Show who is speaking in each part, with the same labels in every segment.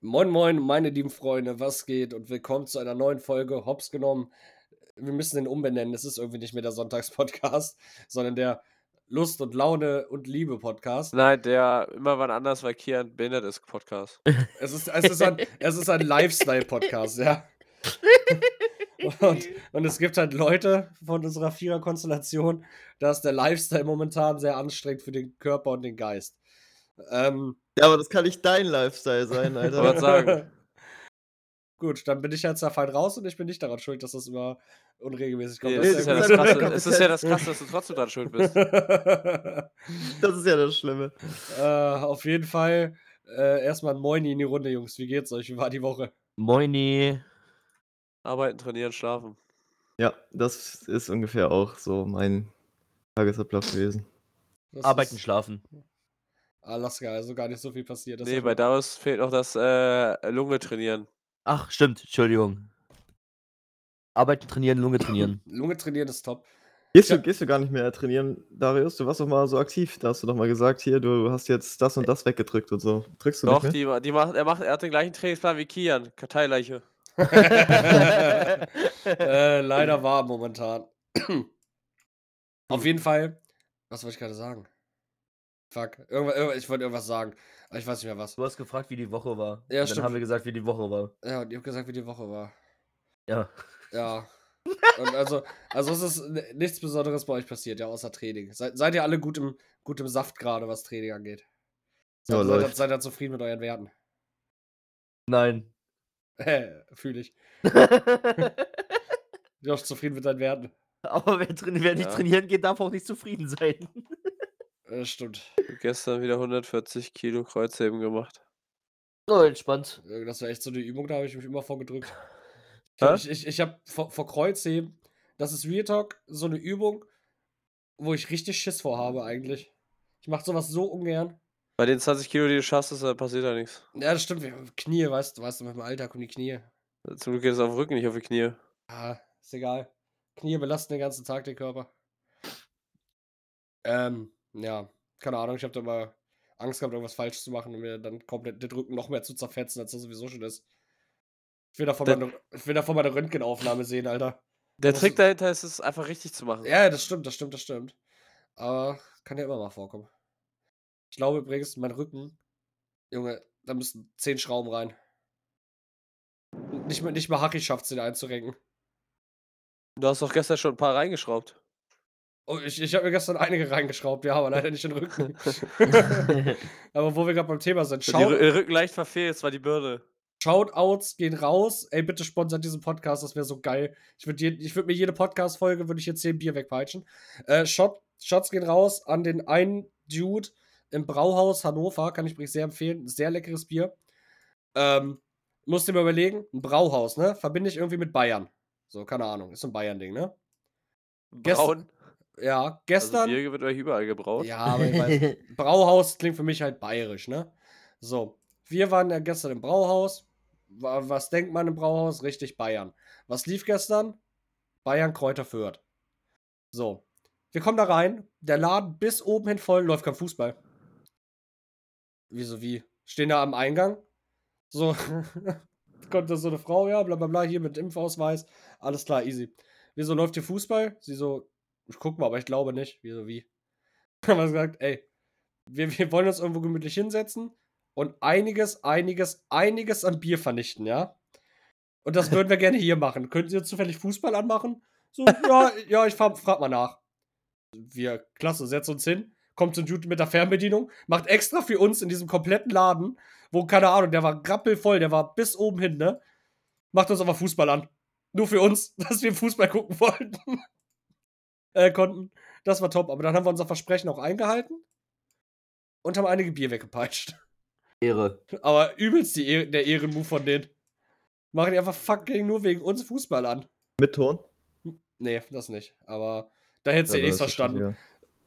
Speaker 1: Moin, moin, meine lieben Freunde, was geht? Und willkommen zu einer neuen Folge Hops genommen. Wir müssen den umbenennen. Es ist irgendwie nicht mehr der Sonntagspodcast, sondern der Lust und Laune und Liebe Podcast.
Speaker 2: Nein, der immer wann anders weil Kian behindert ist Podcast.
Speaker 1: Es ist, es ist ein, es ist ein Lifestyle-Podcast, ja. Und, und es gibt halt Leute von unserer Vierer-Konstellation, da ist der Lifestyle momentan sehr anstrengend für den Körper und den Geist. Ähm,
Speaker 3: Ja, aber das kann nicht dein Lifestyle sein,
Speaker 2: Aber-
Speaker 3: Alter.
Speaker 2: was sagen?
Speaker 1: Gut, dann bin ich jetzt da fein raus und ich bin nicht daran schuld, dass das immer unregelmäßig kommt.
Speaker 2: Nee,
Speaker 1: Das
Speaker 2: es,
Speaker 3: nee,
Speaker 1: ja
Speaker 2: ist ja
Speaker 1: gut.
Speaker 2: das
Speaker 3: gut.
Speaker 2: Krasse, es ist ja das Krasse, dass du trotzdem dran schuld bist.
Speaker 3: Das ist ja das Schlimme.
Speaker 1: äh, auf jeden Fall äh, erstmal ein Moini in die Runde, Jungs. Wie geht's euch? Wie war die Woche?
Speaker 4: Moini.
Speaker 2: Arbeiten, trainieren, schlafen.
Speaker 3: Ja, das ist ungefähr auch so mein Tagesablauf gewesen.
Speaker 1: Das
Speaker 4: Arbeiten,
Speaker 1: ist
Speaker 4: schlafen.
Speaker 1: Alaska, also gar nicht so viel passiert. Das
Speaker 2: nee,
Speaker 1: hat-
Speaker 2: bei Davos fehlt noch das äh, Lunge trainieren.
Speaker 4: Ach, stimmt, Entschuldigung. Arbeiten, trainieren, Lunge trainieren.
Speaker 1: Lunge trainieren ist top.
Speaker 3: Gehst,
Speaker 1: Ja.
Speaker 3: du, gehst du gar nicht mehr trainieren, Darius? Du warst doch mal so aktiv. Da hast du doch mal gesagt, hier, du hast jetzt das und das weggedrückt und so. Drückst du
Speaker 2: Doch,
Speaker 3: nicht mehr?
Speaker 2: die, ma- die macht, er, macht, er hat den gleichen Trainingsplan wie Kian. Karteileiche.
Speaker 1: äh, leider war momentan. auf jeden Fall. Was wollte ich gerade sagen? Fuck. Irgendwas, irgendwas, ich wollte irgendwas sagen, aber ich weiß nicht mehr was.
Speaker 4: Du hast gefragt, wie die Woche war.
Speaker 1: Ja,
Speaker 4: Dann
Speaker 1: stimmt.
Speaker 4: haben wir gesagt, wie die Woche war.
Speaker 1: Ja, und ihr habt gesagt, wie die Woche war.
Speaker 4: Ja.
Speaker 1: Ja. Und also, also es ist n- nichts Besonderes bei euch passiert, ja, außer Training. Seid, seid ihr alle gut im, gut im Saft gerade, was Training angeht? Seid,
Speaker 3: Ja,
Speaker 1: seid, ihr-
Speaker 3: läuft.
Speaker 1: seid ihr zufrieden mit euren Werten?
Speaker 4: Nein.
Speaker 1: Fühle ich.
Speaker 4: Aber
Speaker 1: Josh, zufrieden mit deinen Werten.
Speaker 4: wer, train- wer nicht
Speaker 2: Ja.
Speaker 4: trainieren geht, darf auch nicht zufrieden sein.
Speaker 1: Äh, stimmt.
Speaker 2: Gestern wieder 140 Kilo Kreuzheben gemacht.
Speaker 4: So, entspannt.
Speaker 1: Äh, Das war echt so eine Übung, da habe ich mich immer vorgedrückt. Ich, glaub,
Speaker 2: Hä?
Speaker 1: ich, ich, ich habe vor, vor Kreuzheben, das ist Real Talk, so eine Übung, wo ich richtig Schiss vor habe eigentlich. Ich mache sowas so ungern.
Speaker 2: Bei den 20 Kilo, die du schaffst, ist, da passiert da nichts.
Speaker 1: Ja, das stimmt. Knie, weißt, weißt du, mit dem Alltag und die Knie.
Speaker 2: Zum Glück geht es auf den Rücken, nicht auf die Knie.
Speaker 1: Ah, ist egal. Knie belasten den ganzen Tag den Körper. Ähm, ja, keine Ahnung, ich habe da mal Angst gehabt, irgendwas falsch zu machen und mir dann komplett den Rücken noch mehr zu zerfetzen, als das sowieso schon ist. Ich will davon
Speaker 2: Da-
Speaker 1: meine, ich will davon meine Röntgenaufnahme sehen, Alter.
Speaker 2: Der
Speaker 1: Das
Speaker 2: Trick
Speaker 1: ist-
Speaker 2: dahinter ist es, einfach richtig zu machen.
Speaker 1: Ja, das stimmt, das stimmt, das stimmt. Aber kann ja immer mal vorkommen. Ich glaube übrigens, mein Rücken, Junge, da müssen zehn Schrauben rein. Nicht mal, nicht mal Haki schafft es, den einzurenken.
Speaker 2: Du hast doch gestern schon ein paar reingeschraubt.
Speaker 1: Oh, ich ich habe mir gestern einige reingeschraubt, ja, aber leider nicht in den Rücken. aber wo wir gerade beim Thema sind,
Speaker 2: Schau.
Speaker 1: Shout
Speaker 2: Den äh, Rücken leicht verfehlt, war die Birne.
Speaker 1: Shoutouts gehen raus. Ey, bitte sponsert diesen Podcast, das wäre so geil. Ich würde je, ich würd mir jede Podcast-Folge, würde ich hier 10 Bier wegpeitschen. Äh, Shot, Shots gehen raus an den einen Dude im Brauhaus Hannover, kann ich übrigens sehr empfehlen. Sehr leckeres Bier. Ähm, musst dir mal überlegen, ein Brauhaus, ne? Verbinde ich irgendwie mit Bayern. So, keine Ahnung, ist so ein Bayern-Ding, ne? Gest-
Speaker 2: Braun.
Speaker 1: Ja,
Speaker 2: Also
Speaker 1: gestern.
Speaker 2: Bier wird euch überall gebraut.
Speaker 1: ja, aber ich weiß, Brauhaus klingt für mich halt bayerisch, ne? So, wir waren ja gestern im Brauhaus. Wa- Was denkt man im Brauhaus? Richtig Bayern. Was lief gestern? Bayern Kräuter Fürth. So, wir kommen da rein. Der Laden bis oben hin voll, läuft kein Fußball. Wieso wie? Stehen da am Eingang. So, kommt da so eine Frau, ja, bla bla bla, hier mit Impfausweis. Alles klar, easy. Wieso läuft hier Fußball? Sie so, ich guck mal, aber ich glaube nicht. Wieso wie? haben wir gesagt, ey, wir, wir wollen uns irgendwo gemütlich hinsetzen und einiges, einiges, einiges an Bier vernichten, ja? Und das würden wir gerne hier machen. Könnten Sie uns zufällig Fußball anmachen? So, ja, ja, ich frag, frag mal nach. Wir, klasse, setzen uns hin. Kommt so ein Dude mit der Fernbedienung, macht extra für uns in diesem kompletten Laden, wo, keine Ahnung, der war grappelvoll, der war bis oben hin, ne? Macht uns aber Fußball an. Nur für uns, dass wir Fußball gucken wollten. äh, konnten. Das war top, aber dann haben wir unser Versprechen auch eingehalten und haben einige Bier weggepeitscht.
Speaker 4: Ehre.
Speaker 1: Aber übelst die Ehre, der Ehrenmove von denen. Machen die einfach fucking nur wegen uns Fußball an.
Speaker 3: Mit Ton?
Speaker 1: Nee, das nicht. Aber da hättest du
Speaker 3: Ja,
Speaker 1: ja, eh nichts
Speaker 3: das ist schon
Speaker 1: verstanden.
Speaker 3: wieder-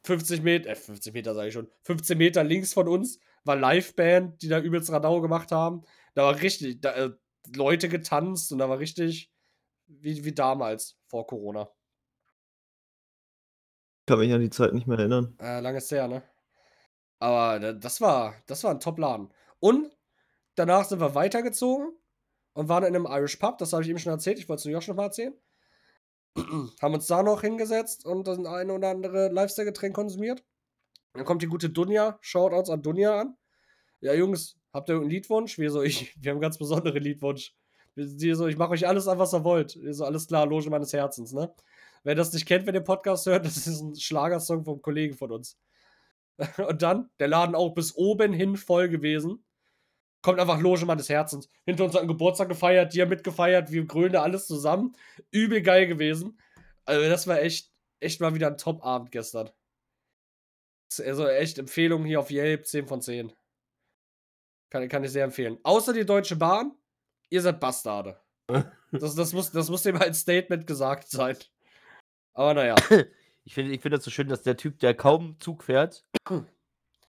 Speaker 1: 50 Meter, äh, 50 Meter sage ich schon. 15 Meter links von uns war Liveband, die da übelst Radau gemacht haben. Da war richtig, da, äh, Leute getanzt und da war richtig wie, wie damals, vor Corona.
Speaker 3: Kann mich an die Zeit nicht mehr erinnern.
Speaker 1: ne, Äh, lange ist her, ne? Aber da- das war, das war ein Top-Laden. Und danach sind wir weitergezogen und waren in einem Irish Pub, das habe ich eben schon erzählt, ich wollte es Josh noch mal erzählen. haben uns da noch hingesetzt und das eine oder andere Lifestyle-Getränk konsumiert. Dann kommt die gute Dunja, Shoutouts an Dunja an. Ja, Jungs, habt ihr irgendeinen Liedwunsch? Wir so, ich, wir haben einen ganz besonderen Liedwunsch. Wir- Die so, ich mache euch alles an, was ihr wollt. Wir so, alles klar, Loge meines Herzens, ne? Wer das nicht kennt, wenn ihr Podcast hört, das ist ein Schlagersong vom Kollegen von uns. Und dann, der Laden auch bis oben hin voll gewesen. Kommt einfach Loge meines Herzens. Hinter uns hat ein Geburtstag gefeiert, die haben mitgefeiert, wir grölen da alles zusammen. Übel geil gewesen. Also, das war echt, echt mal wieder ein Top-Abend gestern. Also, echt Empfehlung hier auf Yelp, 10 von 10. Kann, kann ich sehr empfehlen. Außer die Deutsche Bahn, ihr seid Bastarde. Das, das, muss, das muss dem als Statement gesagt sein. Aber naja.
Speaker 4: Ich finde ich find das so schön, dass der Typ, der kaum Zug fährt,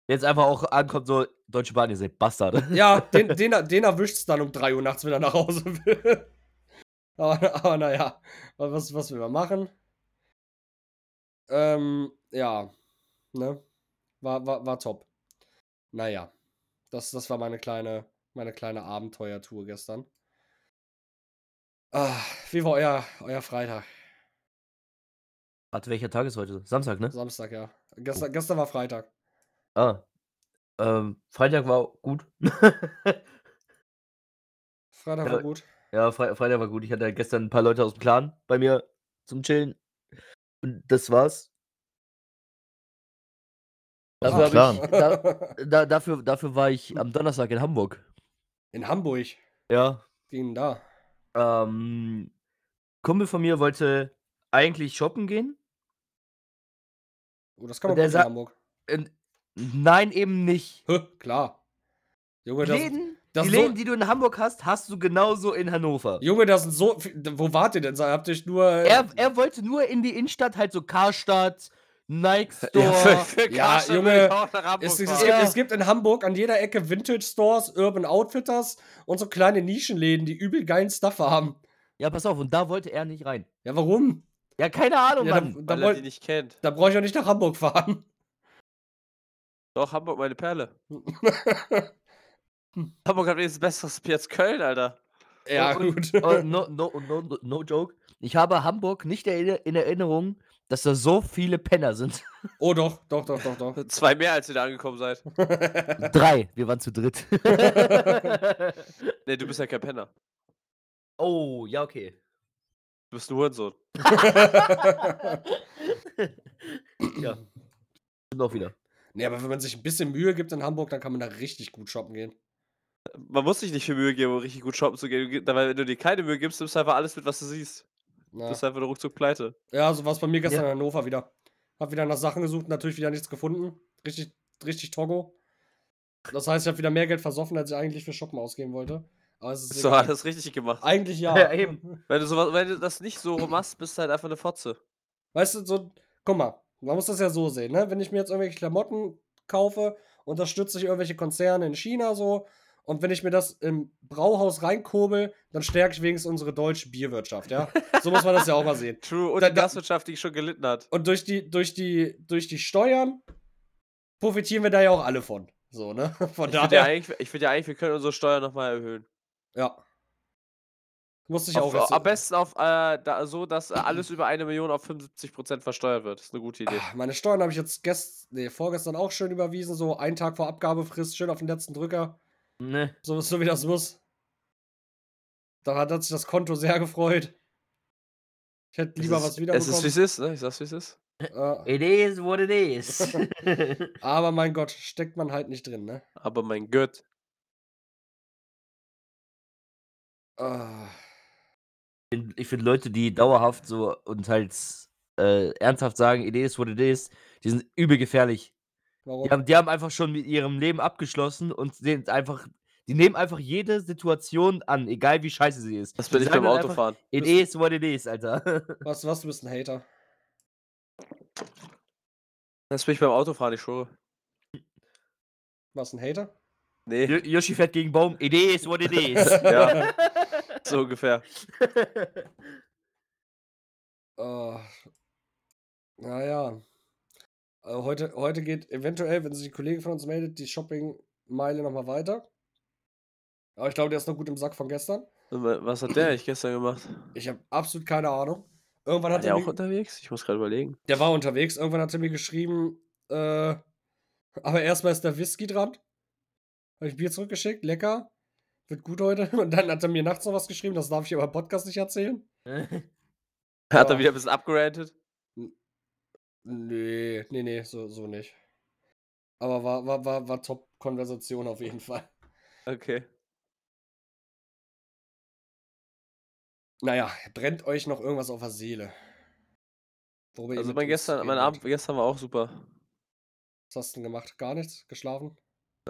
Speaker 4: jetzt einfach auch ankommt, so, Deutsche Bahn, ihr seid Bastarde.
Speaker 1: Ja, den, den, den erwischt es dann um 3 Uhr nachts, wenn er nach Hause will. Aber, aber naja, was, was will man machen? Ähm, ja, ne? War, war, war top. Naja, das, das war meine kleine, meine kleine Abenteuertour gestern. Ah, wie war euer, euer Freitag?
Speaker 4: Warte, welcher Tag ist heute? Samstag, ne?
Speaker 1: Samstag, ja. Gestern, gestern war Freitag.
Speaker 4: Ah. Ähm, Freitag war gut.
Speaker 1: Freitag
Speaker 4: Ja.
Speaker 1: war gut.
Speaker 4: ja, Fre Freitag war gut. Ich hatte gestern ein paar Leute aus dem Clan bei mir zum Chillen. Und das war's.
Speaker 3: Aus dem
Speaker 4: Dafür hab ich,
Speaker 3: Clan.
Speaker 4: da, da, dafür, dafür war ich am Donnerstag in Hamburg.
Speaker 1: In Hamburg.
Speaker 4: Ja,
Speaker 1: Ging da.
Speaker 4: Ähm, Kumpel von mir wollte eigentlich shoppen gehen.
Speaker 1: Oh, das kann man
Speaker 4: Der
Speaker 1: gut in
Speaker 4: sa-
Speaker 1: Hamburg.
Speaker 4: Und nein, eben nicht.
Speaker 1: Hä, klar. Junge,
Speaker 4: Die
Speaker 1: das,
Speaker 4: Läden,
Speaker 1: das
Speaker 4: die,
Speaker 1: so-
Speaker 4: Läden die du in Hamburg hast, hast du genauso in Hannover.
Speaker 1: Junge, das sind so. viel- Wo wart ihr denn? Habt ihr euch nur.
Speaker 4: Er, er wollte nur in die Innenstadt, halt so Karstadt, Nike Store.
Speaker 1: Ja,
Speaker 2: Carsten
Speaker 1: Junge,
Speaker 2: würde ich auch nach Hamburg
Speaker 1: es, es,
Speaker 2: fahren.
Speaker 1: es,
Speaker 4: Ja.
Speaker 1: gibt, es gibt in Hamburg an jeder Ecke Vintage Stores, Urban Outfitters und so kleine Nischenläden, die übel geilen Stuff haben.
Speaker 4: Ja, pass auf, und da wollte er nicht rein.
Speaker 1: Ja, warum?
Speaker 4: Ja, keine Ahnung,
Speaker 1: Ja,
Speaker 4: Mann.
Speaker 1: da, da,
Speaker 2: Weil er die
Speaker 1: wollt-
Speaker 2: nicht kennt.
Speaker 1: da brauche ich auch nicht nach Hamburg fahren.
Speaker 2: Doch, Hamburg, meine Perle. Hamburg hat wenigstens besseres Bier als Köln, Alter.
Speaker 1: ja,
Speaker 4: Und-
Speaker 1: gut.
Speaker 4: Oh, no, no, no, no, no joke. Ich habe Hamburg nicht erinner- in Erinnerung, dass da so viele Penner sind.
Speaker 1: oh, doch, doch, doch, doch, doch.
Speaker 2: Zwei mehr, als ihr da angekommen seid.
Speaker 4: Drei, wir waren zu dritt.
Speaker 2: Nee, du bist ja kein Penner.
Speaker 4: oh, ja, okay.
Speaker 2: Du bist ein Hurensohn.
Speaker 4: ja. Stimmt auch wieder.
Speaker 1: nee, aber wenn man sich ein bisschen Mühe gibt in Hamburg, dann kann man da richtig gut shoppen gehen.
Speaker 2: Man muss sich nicht viel Mühe geben, um richtig gut shoppen zu gehen. Weil wenn du dir keine Mühe gibst, nimmst du einfach alles mit, was du siehst. Du
Speaker 1: Ja,
Speaker 2: bist einfach nur ruckzuck pleite.
Speaker 1: ja so war es bei mir gestern
Speaker 4: Ja.
Speaker 1: in Hannover wieder. Hab wieder nach Sachen gesucht, natürlich wieder nichts gefunden. Richtig, richtig Togo. Das heißt, ich habe wieder mehr Geld versoffen, als ich eigentlich für Shoppen ausgeben wollte. Aber es ist
Speaker 2: Hast du
Speaker 1: egal.
Speaker 2: alles richtig gemacht.
Speaker 1: Eigentlich ja.
Speaker 4: Ja, eben.
Speaker 2: Wenn du, sowas, wenn du das nicht so rum machst, bist du halt einfach eine Fotze.
Speaker 1: Weißt du, so, guck mal, man muss das ja so sehen, ne? Wenn ich mir jetzt irgendwelche Klamotten kaufe, unterstütze ich irgendwelche Konzerne in China so. Und wenn ich mir das im Brauhaus reinkurbel, dann stärke ich wenigstens unsere deutsche Bierwirtschaft, ja? So muss man das ja auch mal sehen.
Speaker 2: True. Und
Speaker 1: Da-
Speaker 2: die
Speaker 1: da-
Speaker 2: Gastwirtschaft, die schon gelitten hat.
Speaker 1: Und durch die, durch die, durch die Steuern profitieren wir da ja auch alle von. So, ne? Von
Speaker 2: Ich finde ja,
Speaker 1: daher.
Speaker 2: eigentlich- ich find ja eigentlich, wir können unsere Steuern nochmal erhöhen.
Speaker 1: Ja. Musste ich auch
Speaker 2: Auf,
Speaker 1: jetzt-
Speaker 2: am besten auf, äh, da, so, dass äh, alles über eine Million auf 75% versteuert wird. ist eine gute Idee.
Speaker 1: Ah, Meine Steuern habe ich jetzt gest nee, vorgestern auch schön überwiesen, so einen Tag vor Abgabefrist, schön auf den letzten Drücker.
Speaker 4: Ne.
Speaker 1: So, so wie das muss. Da hat, hat sich das Konto sehr gefreut. Ich hätte lieber
Speaker 2: es ist,
Speaker 1: was wiederbekommen.
Speaker 2: Es ist, wie es ist, ne? Ich sag's, wie es ist.
Speaker 1: äh,
Speaker 4: It is what it is.
Speaker 1: Ah, aber mein Gott, steckt man halt nicht drin, ne?
Speaker 2: Aber mein Gott.
Speaker 1: Ah,
Speaker 4: ich finde Leute, die dauerhaft so und halt äh, ernsthaft sagen, it is what it is, die sind übel gefährlich.
Speaker 1: warum?
Speaker 4: Die haben, die haben einfach schon mit ihrem Leben abgeschlossen und sind einfach, die nehmen einfach jede Situation an, egal wie scheiße sie ist.
Speaker 2: Das bin
Speaker 4: Die
Speaker 2: ich
Speaker 4: sagen
Speaker 2: beim
Speaker 4: dann einfach,
Speaker 2: Autofahren.
Speaker 4: It is what it is, Alter.
Speaker 1: Was, was, du bist ein Hater.
Speaker 2: Das bin ich beim Autofahren, ich schwöre.
Speaker 1: Was, ein Hater?
Speaker 2: Nee,
Speaker 4: Jo- Yoshi fährt gegen Baum, it is what it is.
Speaker 2: ja. so ungefähr.
Speaker 1: Oh. Naja. Äh, heute, heute geht eventuell, wenn sich ein Kollege von uns meldet, die Shopping-Meile nochmal weiter. Aber ich glaube, der ist noch gut im Sack von gestern.
Speaker 2: Und wa- Was hat der eigentlich gestern gemacht?
Speaker 1: Ich habe absolut keine Ahnung. Irgendwann
Speaker 2: War
Speaker 1: hat
Speaker 2: der
Speaker 1: er
Speaker 2: auch
Speaker 1: mir,
Speaker 2: unterwegs? Ich muss gerade überlegen.
Speaker 1: der war unterwegs, irgendwann hat er mir geschrieben, äh, aber erstmal ist der Whisky dran. Habe ich Bier zurückgeschickt, lecker. Wird gut heute. Und dann hat er mir nachts noch was geschrieben, das darf ich aber im Podcast nicht erzählen.
Speaker 2: Hat er
Speaker 1: Ja.
Speaker 2: wieder ein bisschen abgerantet?
Speaker 1: Nee, nee, nee, so, so nicht. Aber war, war, war, war Top-Konversation auf jeden Fall.
Speaker 2: Okay.
Speaker 1: Naja, brennt euch noch irgendwas auf der Seele? Worüber ihr
Speaker 2: Also
Speaker 1: mit
Speaker 2: mein
Speaker 1: uns
Speaker 2: gestern,
Speaker 1: reden
Speaker 2: mein
Speaker 1: wollt?
Speaker 2: Abend gestern war auch super.
Speaker 1: Was hast du denn gemacht? Gar nichts? Geschlafen?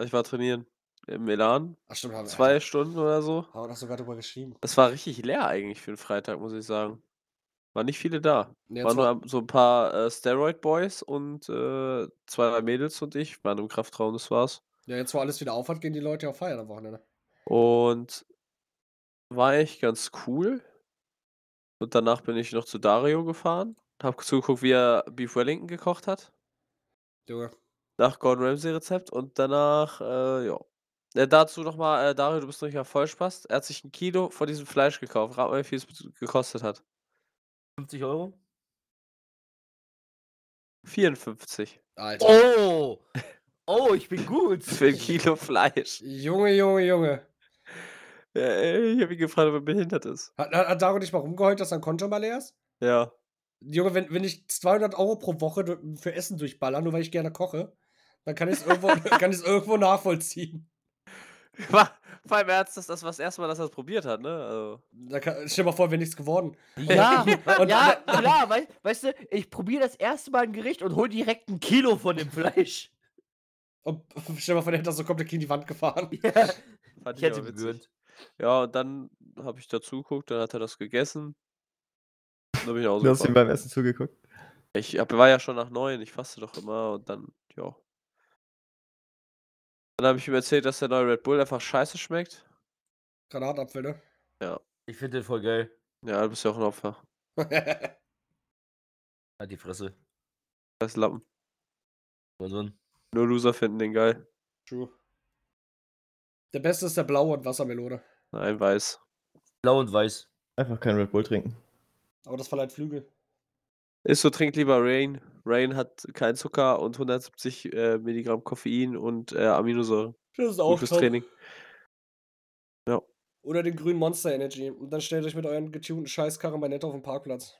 Speaker 2: Ich war trainieren im Elan.
Speaker 1: Ach stimmt, haben wir.
Speaker 2: Zwei
Speaker 1: Alter,
Speaker 2: Stunden oder so.
Speaker 1: Haben wir doch sogar drüber geschrieben.
Speaker 2: Es war richtig leer eigentlich für den Freitag, muss ich sagen. Waren nicht viele da.
Speaker 1: Nee,
Speaker 2: Waren
Speaker 1: jetzt
Speaker 2: nur
Speaker 1: war,
Speaker 2: am- so ein paar äh, Steroid-Boys und äh, zwei drei Mädels und ich. Waren im Kraftraum, das war's.
Speaker 1: ja, jetzt, wo alles wieder aufhat, gehen die Leute auf feiern am Wochenende.
Speaker 2: Und war eigentlich ganz cool. Und danach bin ich noch zu Dario gefahren. Hab zugeguckt, wie er Beef Wellington gekocht hat.
Speaker 1: Junge.
Speaker 2: Nach Gordon Ramsay-Rezept. Und danach, äh, ja. Äh, dazu nochmal, äh, Dario, du bist doch ja Vollspaß. Er hat sich ein Kilo von diesem Fleisch gekauft. Rat mal, wie viel es bet- gekostet hat.
Speaker 4: 50 Euro?
Speaker 2: 54.
Speaker 1: Alter.
Speaker 4: Oh! Oh, ich bin gut.
Speaker 2: Für ein Kilo Fleisch.
Speaker 1: Junge, Junge, Junge.
Speaker 2: Ja, ey, ich habe ihn gefragt, ob er behindert ist.
Speaker 1: Hat, hat, hat Dario nicht mal rumgeheult, dass sein Konto mal leer ist?
Speaker 2: Ja.
Speaker 1: Junge, wenn, wenn ich 200 Euro pro Woche du- für Essen durchballer, nur weil ich gerne koche, dann kann ich es irgendwo, kann ich's irgendwo nachvollziehen.
Speaker 2: War, vor allem, er hat das, das war das erste Mal, dass er es probiert hat, ne? Also,
Speaker 1: Da kann, stell dir mal vor, wäre nichts geworden.
Speaker 4: Ja,
Speaker 1: Und-
Speaker 4: ja, klar, wei weißt du, ich probiere das erste Mal ein Gericht und hol direkt ein Kilo von dem Fleisch.
Speaker 1: Und stell dir mal vor, der hätte das so komplett gegen die Wand gefahren.
Speaker 2: fand
Speaker 4: ich hätte
Speaker 2: aber witzig.
Speaker 4: gegönnt.
Speaker 2: Ja, und dann habe ich dazu geguckt, dann hat er das gegessen. Dann bin ich auch
Speaker 3: Du hast ihm beim Essen zugeguckt.
Speaker 2: Ich hab, war ja schon nach neun, ich faste doch immer und dann, ja. Dann habe ich ihm erzählt, dass der neue Red Bull einfach scheiße schmeckt.
Speaker 1: Granatapfel, ne?
Speaker 4: Ich finde den voll geil.
Speaker 2: Ja, du bist ja auch ein Opfer.
Speaker 1: ne?
Speaker 4: Hat Halt die Fresse.
Speaker 2: Scheiß Lappen.
Speaker 4: Und so ein-
Speaker 2: Nur Loser finden den geil.
Speaker 1: True. Der beste ist der blaue und Wassermelone.
Speaker 2: Nein, weiß.
Speaker 4: Blau und weiß.
Speaker 3: Einfach kein Red Bull trinken.
Speaker 1: Aber das verleiht Flügel.
Speaker 2: Ist so, trink lieber Rain. Rain hat keinen Zucker und 170 äh, Milligramm Koffein und äh, Aminosäuren.
Speaker 1: Das ist
Speaker 2: Gut fürs Training.
Speaker 1: Oder den grünen Monster Energy. Und dann stellt euch mit euren getunten Scheißkarren bei Netto auf den Parkplatz.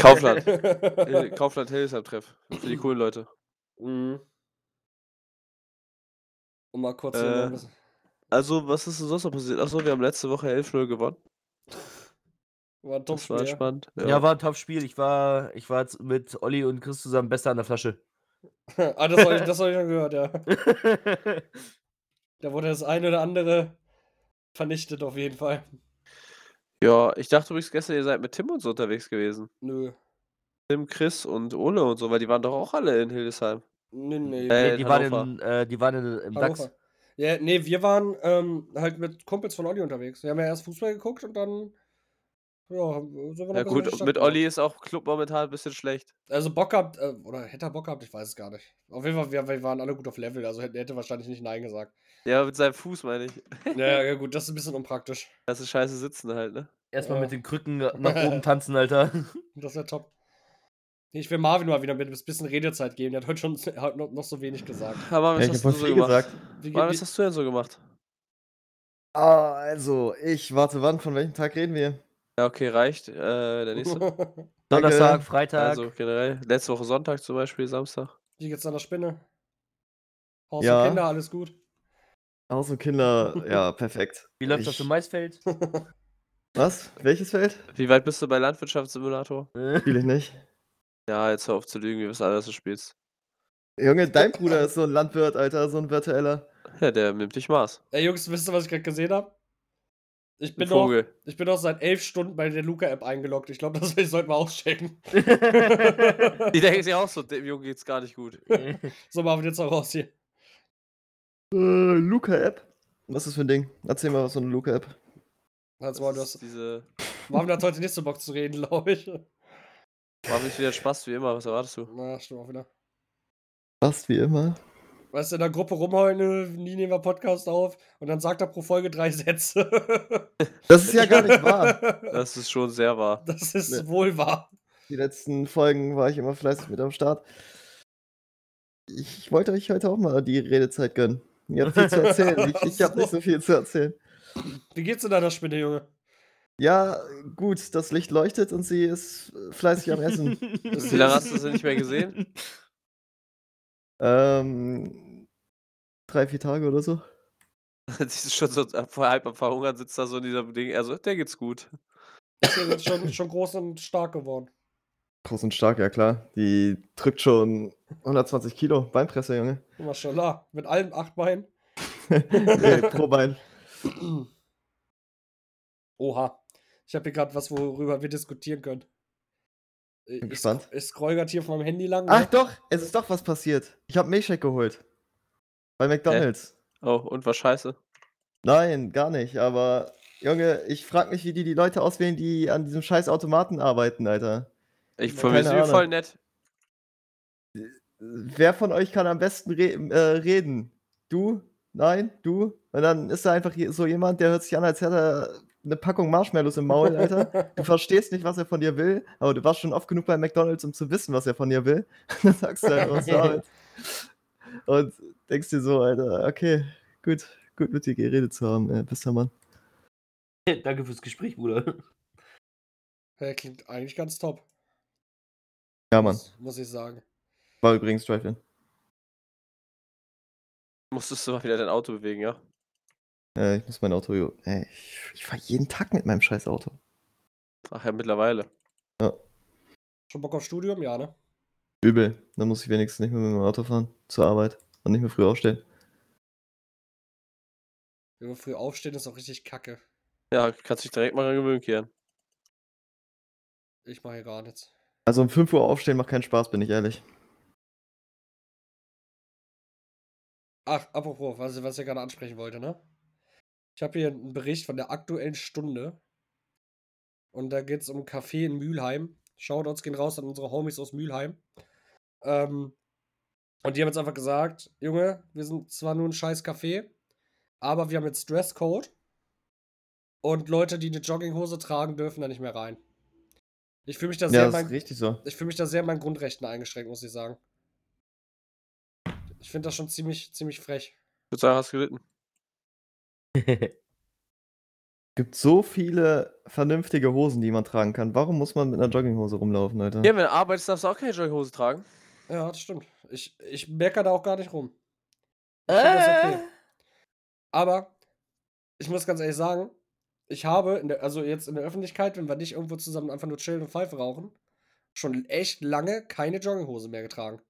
Speaker 2: Kaufland. äh, Kaufland Hills am Treff. Für die coolen Leute.
Speaker 1: Mhm. Um mal kurz hier
Speaker 2: Äh.
Speaker 1: noch ein bisschen.
Speaker 2: Also, was ist denn sonst noch passiert? Achso, wir haben letzte Woche 11-0 gewonnen.
Speaker 1: War ein
Speaker 2: Das war
Speaker 1: Topspiel, ja.
Speaker 2: spannend.
Speaker 4: Ja, war ein Top-Spiel. Ich war, ich war jetzt mit Olli und Chris zusammen besser an der Flasche.
Speaker 1: ah, das habe ich, das hab ich schon gehört, ja. Da wurde das eine oder andere vernichtet auf jeden Fall.
Speaker 2: ja, ich dachte übrigens gestern, ihr seid mit Tim und so unterwegs gewesen.
Speaker 1: Nö.
Speaker 2: Tim, Chris und Ole und so, weil die waren doch auch alle in Hildesheim.
Speaker 1: Nö, nee.
Speaker 2: Äh,
Speaker 4: Nee, die, waren
Speaker 2: Hannover.
Speaker 4: in, äh, die waren in, im DAX.
Speaker 1: Hannover. Ja, nee, wir waren ähm, halt mit Kumpels von Olli unterwegs. Wir haben ja erst Fußball geguckt und dann. Ja, haben- sind wir noch
Speaker 2: Ja,
Speaker 1: ein bisschen in die
Speaker 2: gut,
Speaker 1: Stadt
Speaker 2: mit
Speaker 1: gegangen.
Speaker 2: Olli ist auch Club momentan ein bisschen schlecht.
Speaker 1: Also Bock gehabt, äh, oder hätte er Bock gehabt, ich weiß es gar nicht. Auf jeden Fall, wir, wir waren alle gut auf Level, also hätte, hätte wahrscheinlich nicht Nein gesagt.
Speaker 2: Ja, mit seinem Fuß meine ich.
Speaker 1: ja, ja, gut, das ist ein bisschen unpraktisch.
Speaker 2: Das ist scheiße sitzen halt, ne?
Speaker 4: Erstmal
Speaker 1: Ja.
Speaker 4: mit den Krücken nach oben tanzen, Alter.
Speaker 1: Das wäre top. Nee, Ich will Marvin mal wieder mit ein bisschen Redezeit geben, der hat heute schon hat noch, noch so wenig gesagt.
Speaker 2: Aber Marvin, was hast
Speaker 3: Ja, ich hab
Speaker 2: du
Speaker 3: voll
Speaker 2: so
Speaker 3: viel
Speaker 2: gemacht?
Speaker 3: gesagt.
Speaker 1: Wie,
Speaker 2: Marvin, was
Speaker 1: wie,
Speaker 2: hast du denn so gemacht?
Speaker 3: Ah, also, ich warte, wann? Von welchem Tag reden wir?
Speaker 2: Ja, okay, reicht. Äh, der nächste.
Speaker 3: Danke.
Speaker 4: Donnerstag, Freitag.
Speaker 2: Also generell. Letzte Woche Sonntag zum Beispiel, Samstag.
Speaker 1: wie geht's an der Spinne? Haus
Speaker 3: Ja.
Speaker 1: und Kinder, alles gut.
Speaker 3: Haus und Kinder, ja, perfekt.
Speaker 4: Wie läuft das
Speaker 3: Ich-
Speaker 4: für Maisfeld?
Speaker 3: Was? Welches Feld?
Speaker 2: Wie weit bist du bei Landwirtschaftssimulator?
Speaker 4: Äh.
Speaker 3: Spiele ich nicht.
Speaker 2: Ja, jetzt hör auf zu lügen, wir wissen alle, dass du spielst.
Speaker 3: Junge, dein Bruder ist so ein Landwirt, Alter, so ein virtueller.
Speaker 2: Ja, der nimmt dich Maß.
Speaker 1: Ey Jungs, wisst ihr, was ich gerade gesehen habe? Ich
Speaker 2: Ein
Speaker 1: bin noch,
Speaker 2: Vogel.
Speaker 1: ich bin noch seit elf Stunden bei der Luca-App eingeloggt. Ich glaube, das sollten wir auschecken.
Speaker 2: Die denken sich auch so, dem Jungen geht's gar nicht gut.
Speaker 1: so, Marvin, jetzt auch raus hier.
Speaker 3: Äh, Luca-App. Was ist das für ein Ding? Erzähl mal was von der Luca-App.
Speaker 1: Halt's
Speaker 2: Das
Speaker 1: Maul, du
Speaker 2: ist
Speaker 1: hast,
Speaker 2: diese.
Speaker 1: Marvin hat heute nicht so Bock zu reden, glaube ich.
Speaker 2: Marvin ist wieder Spaß wie immer, was erwartest du?
Speaker 1: Na, stimmt auch wieder.
Speaker 3: Fast wie immer.
Speaker 1: Weißt du, in der Gruppe rumheulen, äh, nie nehmen wir Podcast auf und dann sagt er pro Folge drei Sätze.
Speaker 3: Das ist ja gar nicht wahr.
Speaker 2: Das ist schon sehr wahr.
Speaker 1: Das ist
Speaker 3: Nee.
Speaker 1: wohl wahr.
Speaker 3: Die letzten Folgen war ich immer fleißig mit am Start. Ich wollte euch heute auch mal die Redezeit gönnen. Ihr habt viel zu erzählen. Ich, ich habe nicht so viel zu erzählen.
Speaker 1: Wie geht's denn deiner Spinne, Junge?
Speaker 3: Ja, gut, das Licht leuchtet und sie ist äh, fleißig am Essen.
Speaker 2: Wie lange hast du sie nicht mehr gesehen?
Speaker 3: ähm, drei, vier Tage oder so.
Speaker 2: Die ist schon so äh, voll halb am Verhungern, sitzt da so in diesem Ding. Also, der geht's gut.
Speaker 1: Ist ja jetzt schon, schon groß und stark geworden.
Speaker 3: Groß und stark, ja klar. Die drückt schon 120 Kilo Beinpresse, Junge.
Speaker 1: Maschallah. Mit allen acht Beinen.
Speaker 3: Nee, pro Bein.
Speaker 1: Oha. Ich habe hier gerade was, worüber wir diskutieren können. Äh,
Speaker 3: Bin
Speaker 1: ich
Speaker 3: gespannt.
Speaker 1: sc- Ich scroll gerade hier auf meinem Handy lang.
Speaker 3: Ach
Speaker 1: ne?
Speaker 3: doch, es ist doch was passiert. Ich habe Milchshake geholt. Bei McDonalds.
Speaker 2: Oh, und war scheiße.
Speaker 3: Nein, gar nicht, aber Junge, ich frag mich, wie die die Leute auswählen, die an diesem scheiß Automaten arbeiten, Alter.
Speaker 2: Ich
Speaker 1: Ja,
Speaker 2: vermisse
Speaker 3: keine
Speaker 2: ihn voll
Speaker 3: Ahnung.
Speaker 2: nett.
Speaker 3: Wer von euch kann am besten re äh, reden? Du? Nein? Du? Und dann ist da einfach je- so jemand, der hört sich an, als hätte er eine Packung Marshmallows im Maul, Alter. Du verstehst nicht, was er von dir will, aber du warst schon oft genug bei McDonalds, um zu wissen, was er von dir will. Und dann sagst du halt, was damit. Und denkst dir so, Alter, okay, gut, gut mit dir geredet zu haben, äh, bester Mann.
Speaker 4: Danke fürs Gespräch, Bruder.
Speaker 1: Ja, klingt eigentlich ganz top.
Speaker 3: Ja, Mann.
Speaker 1: muss- Muss ich sagen.
Speaker 3: War übrigens Drive-In.
Speaker 2: Musstest du mal wieder dein Auto bewegen, ja?
Speaker 3: Äh, ich muss mein Auto. jo- Ey, ich, ich fahre jeden Tag mit meinem scheiß Auto.
Speaker 2: Ach ja, mittlerweile.
Speaker 1: Schon Bock auf Studium? Ja, ne?
Speaker 3: Übel. Dann muss ich wenigstens nicht mehr mit meinem Auto fahren zur Arbeit und nicht mehr früh aufstehen.
Speaker 1: Wenn wir früh aufstehen, ist auch richtig kacke.
Speaker 2: Ja, kannst dich direkt mal dran gewöhnen, Kian.
Speaker 1: Ich mache hier gar nichts.
Speaker 3: Also um 5 Uhr aufstehen macht keinen Spaß, bin ich ehrlich.
Speaker 1: Ach, apropos, was, ich- was ich gerade ansprechen wollte, ne? Ich habe hier einen Bericht von der aktuellen Stunde. Und da geht es um ein Café in Mülheim. Shoutouts gehen raus an unsere Homies aus Mülheim. Ähm, und die haben jetzt einfach gesagt, Junge, wir sind zwar nur ein scheiß Café, aber wir haben jetzt Dresscode. Und Leute, die eine Jogginghose tragen, dürfen da nicht mehr rein. Ich fühle mich da sehr
Speaker 3: ja,
Speaker 1: in
Speaker 3: das
Speaker 1: mein-
Speaker 3: ist richtig so.
Speaker 1: ich fühle mich da sehr in meinen Grundrechten eingeschränkt, muss ich sagen. Ich finde das schon ziemlich, ziemlich frech.
Speaker 2: Ich würde sagen, hast gelitten.
Speaker 3: Gibt so viele vernünftige Hosen, die man tragen kann. Warum muss man mit einer Jogginghose rumlaufen, Alter?
Speaker 2: Ja, wenn du arbeitest, darfst du auch keine Jogginghose tragen.
Speaker 1: Ja, das stimmt. Ich, ich meckere da auch gar nicht rum. Ich finde das
Speaker 4: Äh.
Speaker 1: okay. Aber ich muss ganz ehrlich sagen, ich habe, in der, also jetzt in der Öffentlichkeit, wenn wir nicht irgendwo zusammen einfach nur chillen und Pfeife rauchen, schon echt lange keine Jogginghose mehr getragen.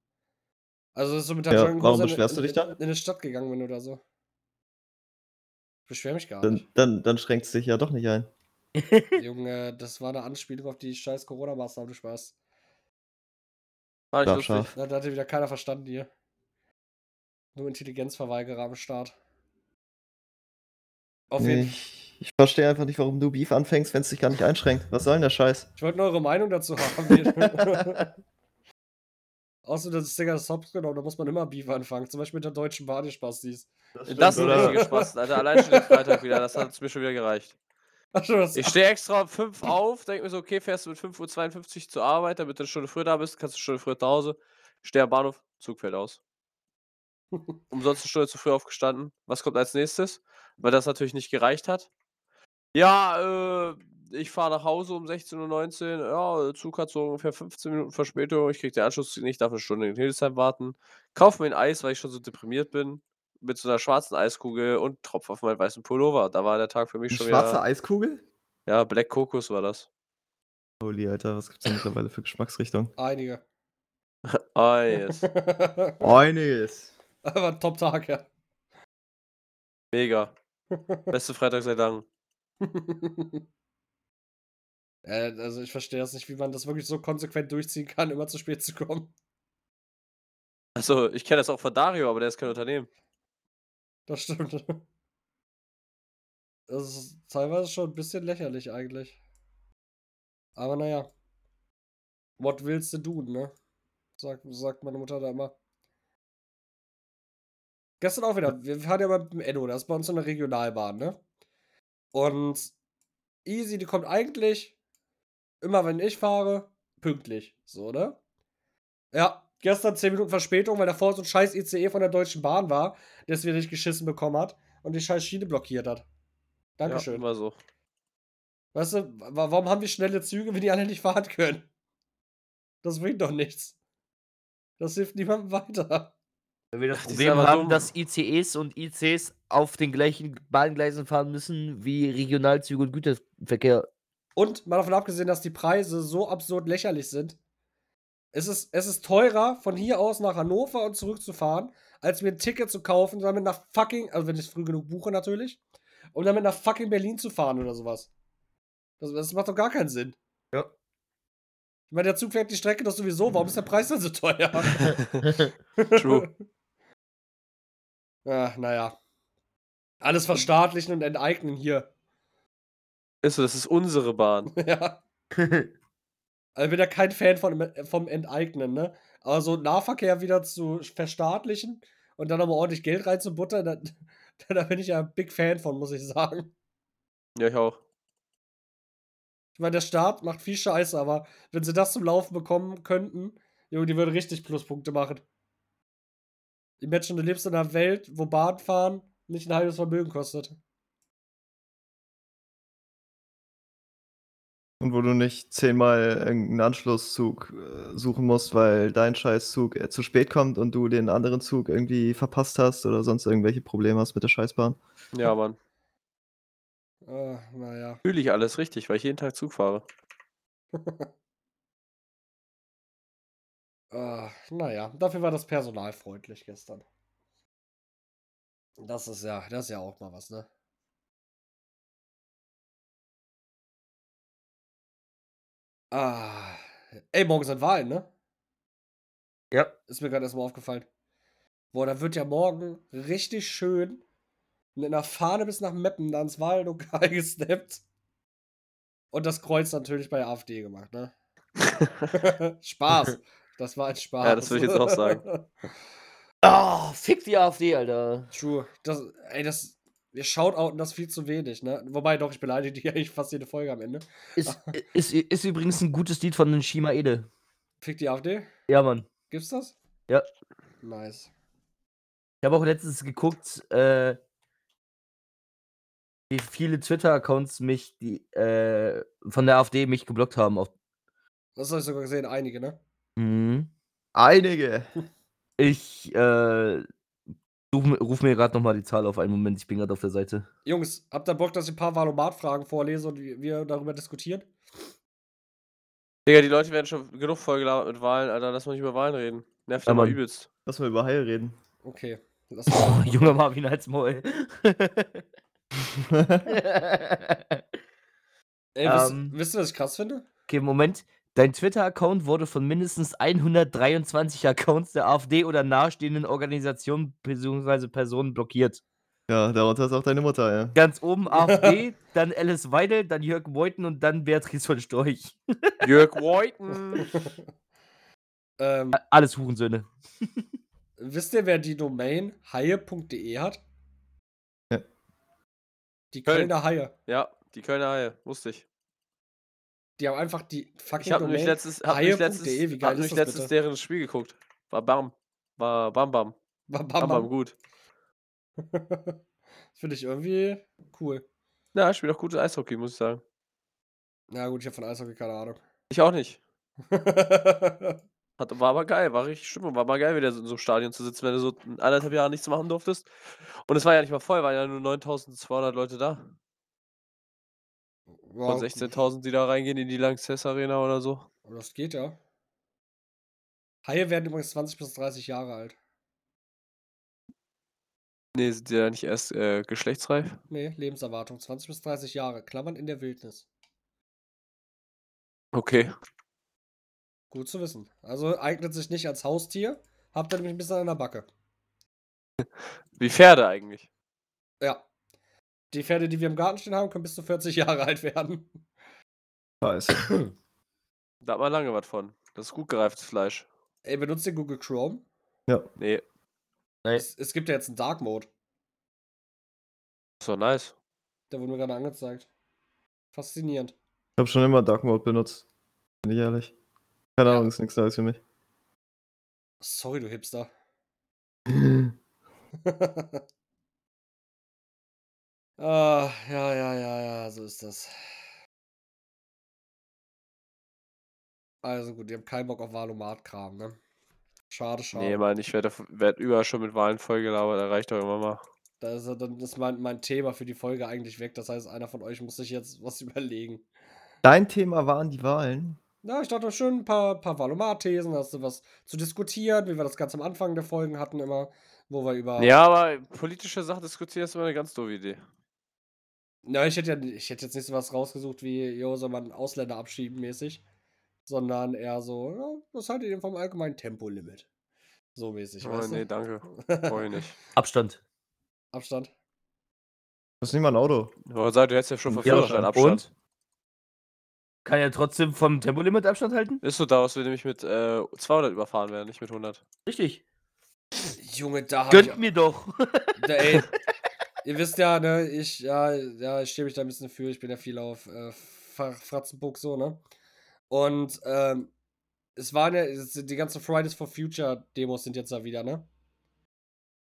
Speaker 1: Also das ist so mit der
Speaker 3: Ja,
Speaker 1: Jogginghose
Speaker 3: warum
Speaker 1: in-
Speaker 3: beschwerst du
Speaker 1: in,
Speaker 3: dich da?
Speaker 1: in, in die Stadt gegangen bin oder so. Ich beschwer mich gar nicht.
Speaker 3: Dann, dann, dann schränkt es dich ja doch nicht ein.
Speaker 1: Junge, das war eine Anspielung auf die scheiß Corona-Maßnahmen, du Spaß.
Speaker 2: War nicht
Speaker 3: Darf
Speaker 2: lustig.
Speaker 3: scharf.
Speaker 1: Da da hatte wieder keiner verstanden hier. Nur Intelligenzverweigerer am Start. Auf
Speaker 3: Nee,
Speaker 1: jeden Fall.
Speaker 3: ich, ich verstehe einfach nicht, warum du Beef anfängst, wenn es dich gar nicht einschränkt. Was soll denn der Scheiß?
Speaker 1: Ich wollte nur eure Meinung dazu haben. Außerdem, das ist Digga, das Hops genau, da muss man immer Beef anfangen. Zum Beispiel mit der deutschen Bahn, die Spaß dies.
Speaker 2: Das sind
Speaker 1: Stimmt, oder?
Speaker 2: richtige Spaß, Alter. Allein schon den Freitag wieder. Das hat es mir schon wieder gereicht.
Speaker 1: Also, das,
Speaker 2: Ich stehe extra um 5 auf, denke mir so, okay, fährst du mit 5.52 Uhr zur Arbeit, damit du eine Stunde früher da bist, kannst du eine Stunde früher zu Hause. Stehe am Bahnhof, Zug fällt aus. Umsonst eine Stunde zu früh aufgestanden. Was kommt als nächstes? Weil das natürlich nicht gereicht hat. Ja, äh, ich fahre nach Hause um 16.19 Uhr. Ja, der Zug hat so ungefähr 15 Minuten Verspätung. Ich kriege den Anschlusszug nicht, darf eine Stunde in Hildesheim warten. Kauf mir ein Eis, weil ich schon so deprimiert bin. Mit so einer schwarzen Eiskugel und Tropf auf meinen weißen Pullover. Da war der Tag für mich
Speaker 3: Eine
Speaker 2: schon
Speaker 3: schwarze
Speaker 2: wieder.
Speaker 3: Eiskugel?
Speaker 2: Ja, Black Kokos war das.
Speaker 3: Holy, Alter, was gibt's denn mittlerweile für Geschmacksrichtungen?
Speaker 1: einige.
Speaker 2: Ah, yes.
Speaker 3: Einiges.
Speaker 1: Aber ein Top-Tag, ja.
Speaker 2: Mega. Beste Freitag seit langem.
Speaker 1: Äh, Also ich verstehe das nicht, wie man das wirklich so konsequent durchziehen kann, immer zu spät zu kommen.
Speaker 2: Also, ich kenne das auch von Dario, aber der ist kein Unternehmen.
Speaker 1: Das stimmt. Das ist teilweise schon ein bisschen lächerlich eigentlich. Aber naja. What willst du tun, ne? Sagt, sagt meine Mutter da immer. Gestern auch wieder. Wir fahren ja mal mit dem Enno. Das ist bei uns so eine Regionalbahn, ne? Und Easy, die kommt eigentlich immer, wenn ich fahre, pünktlich. So, ne? Ja, gestern 10 Minuten Verspätung, weil davor so ein scheiß ICE von der Deutschen Bahn war, der es wirklich geschissen bekommen hat und die scheiß Schiene blockiert hat.
Speaker 2: Ja,
Speaker 1: Dankeschön.
Speaker 2: immer so.
Speaker 1: Weißt du, wa- warum haben wir schnelle Züge, wenn die alle nicht fahren können? Das bringt doch nichts. Das hilft niemandem weiter.
Speaker 4: Wenn wir das
Speaker 2: Ach, die sind
Speaker 4: Problem
Speaker 2: aber
Speaker 4: haben,
Speaker 2: dumm.
Speaker 4: dass ICEs und ICs auf den gleichen Bahngleisen fahren müssen wie Regionalzüge und Güterverkehr.
Speaker 1: Und mal davon abgesehen, dass die Preise so absurd lächerlich sind. Es ist, es ist teurer, von hier aus nach Hannover und zurückzufahren, als mir ein Ticket zu kaufen und dann mit nach fucking, also wenn ich es früh genug buche natürlich, um dann mit nach fucking Berlin zu fahren oder sowas. Das, das macht doch gar keinen Sinn.
Speaker 4: Ja.
Speaker 1: Ich meine, der Zug fährt die Strecke doch sowieso. Warum ist der Preis dann so teuer?
Speaker 2: True.
Speaker 1: Ach, naja. Alles verstaatlichen und enteignen hier.
Speaker 2: Ist so, das ist unsere Bahn.
Speaker 1: ja. Also ich bin ja kein Fan von, vom Enteignen, ne? Aber so Nahverkehr wieder zu verstaatlichen und dann nochmal ordentlich Geld reinzubuttern, da, da bin ich ja ein Big Fan von, muss ich sagen.
Speaker 2: Ja, ich auch.
Speaker 1: Ich meine, der Staat macht viel Scheiße, aber wenn sie das zum Laufen bekommen könnten, Junge, die würden richtig Pluspunkte machen. Imagine, du lebst in einer Welt, wo Bahnfahren nicht ein halbes Vermögen kostet.
Speaker 3: Und wo du nicht zehnmal einen Anschlusszug äh, suchen musst, weil dein Scheißzug äh, zu spät kommt und du den anderen Zug irgendwie verpasst hast oder sonst irgendwelche Probleme hast mit der Scheißbahn.
Speaker 2: Ja, Mann.
Speaker 1: Ah, naja.
Speaker 2: Fühle ich alles richtig, weil ich jeden Tag Zug fahre.
Speaker 1: Ah, naja, dafür war das Personal freundlich gestern. Das ist ja, das ist ja auch mal was, ne? Ah. Ey, morgen sind Wahlen, ne?
Speaker 4: ja.
Speaker 1: Ist mir gerade erstmal aufgefallen. Boah, da wird ja morgen richtig schön mit einer Fahne bis nach Meppen da ins Wahllokal gesnappt. Und das Kreuz natürlich bei der AfD gemacht, ne? Spaß. Das war ein Spaß.
Speaker 2: Ja, das würd ich jetzt auch sagen.
Speaker 4: Oh, fick die AfD, Alter.
Speaker 1: True. Das, ey, das. Wir shoutouten das viel zu wenig, ne? Wobei doch, ich beleidige die eigentlich fast jede Folge am Ende.
Speaker 4: Ist, ist, ist übrigens ein gutes Lied von den Shima Ede.
Speaker 1: Fick die AfD.
Speaker 4: Ja, Mann.
Speaker 1: Gibt's das?
Speaker 4: Ja.
Speaker 1: Nice.
Speaker 4: Ich habe auch letztens geguckt, äh, wie viele Twitter-Accounts mich die, äh, von der AfD mich geblockt haben. Auf,
Speaker 1: Das habe ich sogar gesehen, einige, ne?
Speaker 4: mhm.
Speaker 3: Einige.
Speaker 4: Ich äh, ruf, mir- ruf mir gerade nochmal die Zahl auf einen Moment, ich bin gerade auf der Seite.
Speaker 1: Jungs, habt ihr Bock, dass ich ein paar Valomat-Fragen vorlese und wir- wir darüber diskutieren?
Speaker 2: Digga, die Leute werden schon genug vollgelabert mit Wahlen, Alter. Lass mal nicht über Wahlen reden. Nervt
Speaker 4: Ja,
Speaker 2: ja, mal
Speaker 4: Mann.
Speaker 2: übelst.
Speaker 3: Lass mal über Heil reden.
Speaker 1: Okay. Lass
Speaker 4: Boah, junger Marvin als Maul.
Speaker 1: Ey, wisst,
Speaker 4: ähm.
Speaker 1: wisst ihr, was ich krass finde?
Speaker 4: okay, Moment. Dein Twitter-Account wurde von mindestens 123 Accounts der AfD oder nahestehenden Organisationen bzw. Personen blockiert.
Speaker 3: Ja, darunter ist auch deine Mutter, ja.
Speaker 4: Ganz oben AfD, dann Alice Weidel, dann Jörg Meuthen und dann Beatrice von Storch.
Speaker 2: Jörg Whiten.
Speaker 1: ähm,
Speaker 4: Alles Hurensöhne.
Speaker 1: wisst ihr, wer die Domain haie.de hat?
Speaker 3: Ja.
Speaker 1: Die
Speaker 2: Köln.
Speaker 1: Kölner Haie.
Speaker 2: Ja, die Kölner Haie. Wusste ich.
Speaker 1: Die haben einfach die fucking
Speaker 2: Ich habe
Speaker 1: Domain.
Speaker 2: nämlich letztens, hab mich
Speaker 1: Haie.de,
Speaker 2: letztens,
Speaker 1: E, wie geil
Speaker 2: hab
Speaker 1: ist
Speaker 2: mich
Speaker 1: das
Speaker 2: letztens
Speaker 1: bitte?
Speaker 2: deren Spiel geguckt. War bam. War bam bam.
Speaker 1: bam, bam,
Speaker 2: Bam bam
Speaker 1: bam.
Speaker 2: gut.
Speaker 1: Finde ich irgendwie cool.
Speaker 2: Na, spielt auch gutes Eishockey, muss ich sagen.
Speaker 1: Na gut, ich habe von Eishockey keine Ahnung.
Speaker 2: Ich auch nicht. Hat, war aber geil, war richtig Stimmung, war mal geil, wieder so in so einem Stadion zu sitzen, wenn du so anderthalb Jahre nichts machen durftest. Und es war ja nicht mal voll, waren ja nur 9200 Leute da.
Speaker 1: Wow,
Speaker 2: Von 16.000, die da reingehen in die Lanxess Arena oder so.
Speaker 1: Das geht ja. Haie werden übrigens 20 bis 30 Jahre alt.
Speaker 2: Nee, sind die ja nicht erst äh, geschlechtsreif?
Speaker 1: Nee, Lebenserwartung 20 bis 30 Jahre. Klammern in der Wildnis.
Speaker 2: Okay.
Speaker 1: Gut zu wissen. Also eignet sich nicht als Haustier. Habt ihr nämlich ein bisschen an der Backe.
Speaker 2: Wie Pferde eigentlich.
Speaker 1: Ja. Die Pferde, die wir im Garten stehen haben, können bis zu 40 Jahre alt werden.
Speaker 3: Scheiße.
Speaker 2: Da hat man lange was von. Das ist gut gereiftes Fleisch.
Speaker 1: Ey, benutzt ihr Google Chrome?
Speaker 2: Nee.
Speaker 4: Nee.
Speaker 1: Es, es gibt ja jetzt einen Dark Mode.
Speaker 2: So, nice.
Speaker 1: Der wurde mir gerade angezeigt. Faszinierend.
Speaker 3: Ich habe schon immer Dark Mode benutzt. Bin ich ehrlich. Keine Ahnung, ist nichts Neues für mich.
Speaker 1: Sorry, du Hipster. ah, ja, ja, ja, ja, so ist das. Also gut, die haben keinen Bock auf Valomat-Kram, ne? Schade, schade.
Speaker 2: Nee, Mann, ich werde werd überall schon mit Wahlen vollgelabert, erreicht doch immer mal.
Speaker 1: Da ist, er- dann ist mein, mein Thema für die Folge eigentlich weg. Das heißt, einer von euch muss sich jetzt was überlegen.
Speaker 3: Dein Thema waren die Wahlen.
Speaker 1: Na, ich dachte schön ein paar, paar Valomat-Thesen, hast du was zu diskutieren, wie wir das ganz am Anfang der Folgen hatten immer, wo wir über...
Speaker 2: Ja, aber politische Sachen diskutieren ist immer eine ganz doofe Idee.
Speaker 1: Na, ich hätte, ja, ich hätte jetzt nicht so was rausgesucht wie, jo, soll man Ausländer abschieben mäßig, sondern eher so, ja, was haltet ihr vom allgemeinen Tempolimit? So mäßig,
Speaker 2: oh,
Speaker 1: weißt
Speaker 2: nee,
Speaker 1: du?
Speaker 2: danke. Brauche ich nicht.
Speaker 4: Abstand.
Speaker 1: Abstand.
Speaker 3: Das ist nicht mal ein Auto.
Speaker 2: Aber sag, du hättest ja schon von
Speaker 4: Ja,
Speaker 2: Führerschein Abstand.
Speaker 4: Und? Kann er trotzdem vom Tempolimit Abstand halten?
Speaker 2: Ist so da, dass wir nämlich mit äh, 200 überfahren werden, nicht mit 100.
Speaker 4: Richtig.
Speaker 1: Junge, da hab ich...
Speaker 4: Gönnt mir doch.
Speaker 1: Da, ey, ihr wisst ja, ne, ich, ja, ja, ich stehe mich da ein bisschen für, ich bin ja viel auf äh, Fra- Fratzenburg so, ne? Und ähm, es waren ja, es, die ganzen Fridays for Future Demos sind jetzt da wieder, ne?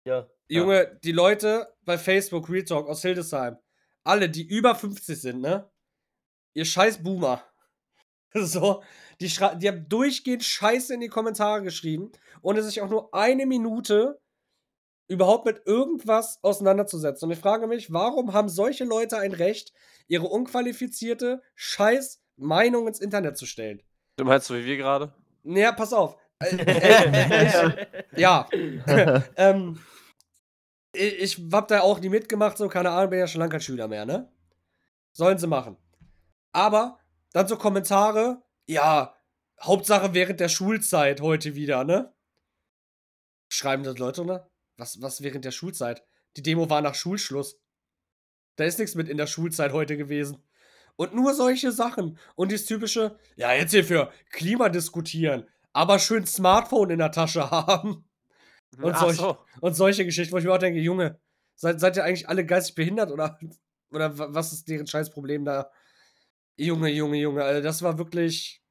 Speaker 4: ja.
Speaker 2: Ja.
Speaker 1: Junge, die Leute bei Facebook, Real Talk aus Hildesheim, alle, die über 50 sind, ne? Ihr scheiß Boomer. So, die, schrei- die haben durchgehend Scheiße in die Kommentare geschrieben, ohne sich auch nur eine Minute überhaupt mit irgendwas auseinanderzusetzen. Und ich frage mich, warum haben solche Leute ein Recht, ihre unqualifizierte Scheiß-Meinung ins Internet zu stellen?
Speaker 2: Du meinst so wie wir gerade?
Speaker 1: Naja, pass auf. Äh, äh, ja, ähm, ich, ich hab da auch nie mitgemacht, so, keine Ahnung, bin ja schon lange kein Schüler mehr, ne? Sollen sie machen. Aber dann so Kommentare, ja, Hauptsache während der Schulzeit heute wieder, ne? Schreiben das Leute, ne? Was, was während der Schulzeit? Die Demo war nach Schulschluss. Da ist nichts mit in der Schulzeit heute gewesen. Und nur solche Sachen. Und dieses typische, ja, jetzt hier für Klima diskutieren, aber schön Smartphone in der Tasche haben. Und
Speaker 2: Ach
Speaker 1: solch-
Speaker 2: so.
Speaker 1: Und solche Geschichten, wo ich mir auch denke, Junge, seid, seid ihr eigentlich alle geistig behindert oder, oder wa- was ist deren scheiß Problem da? Junge, Junge, Junge, also das war wirklich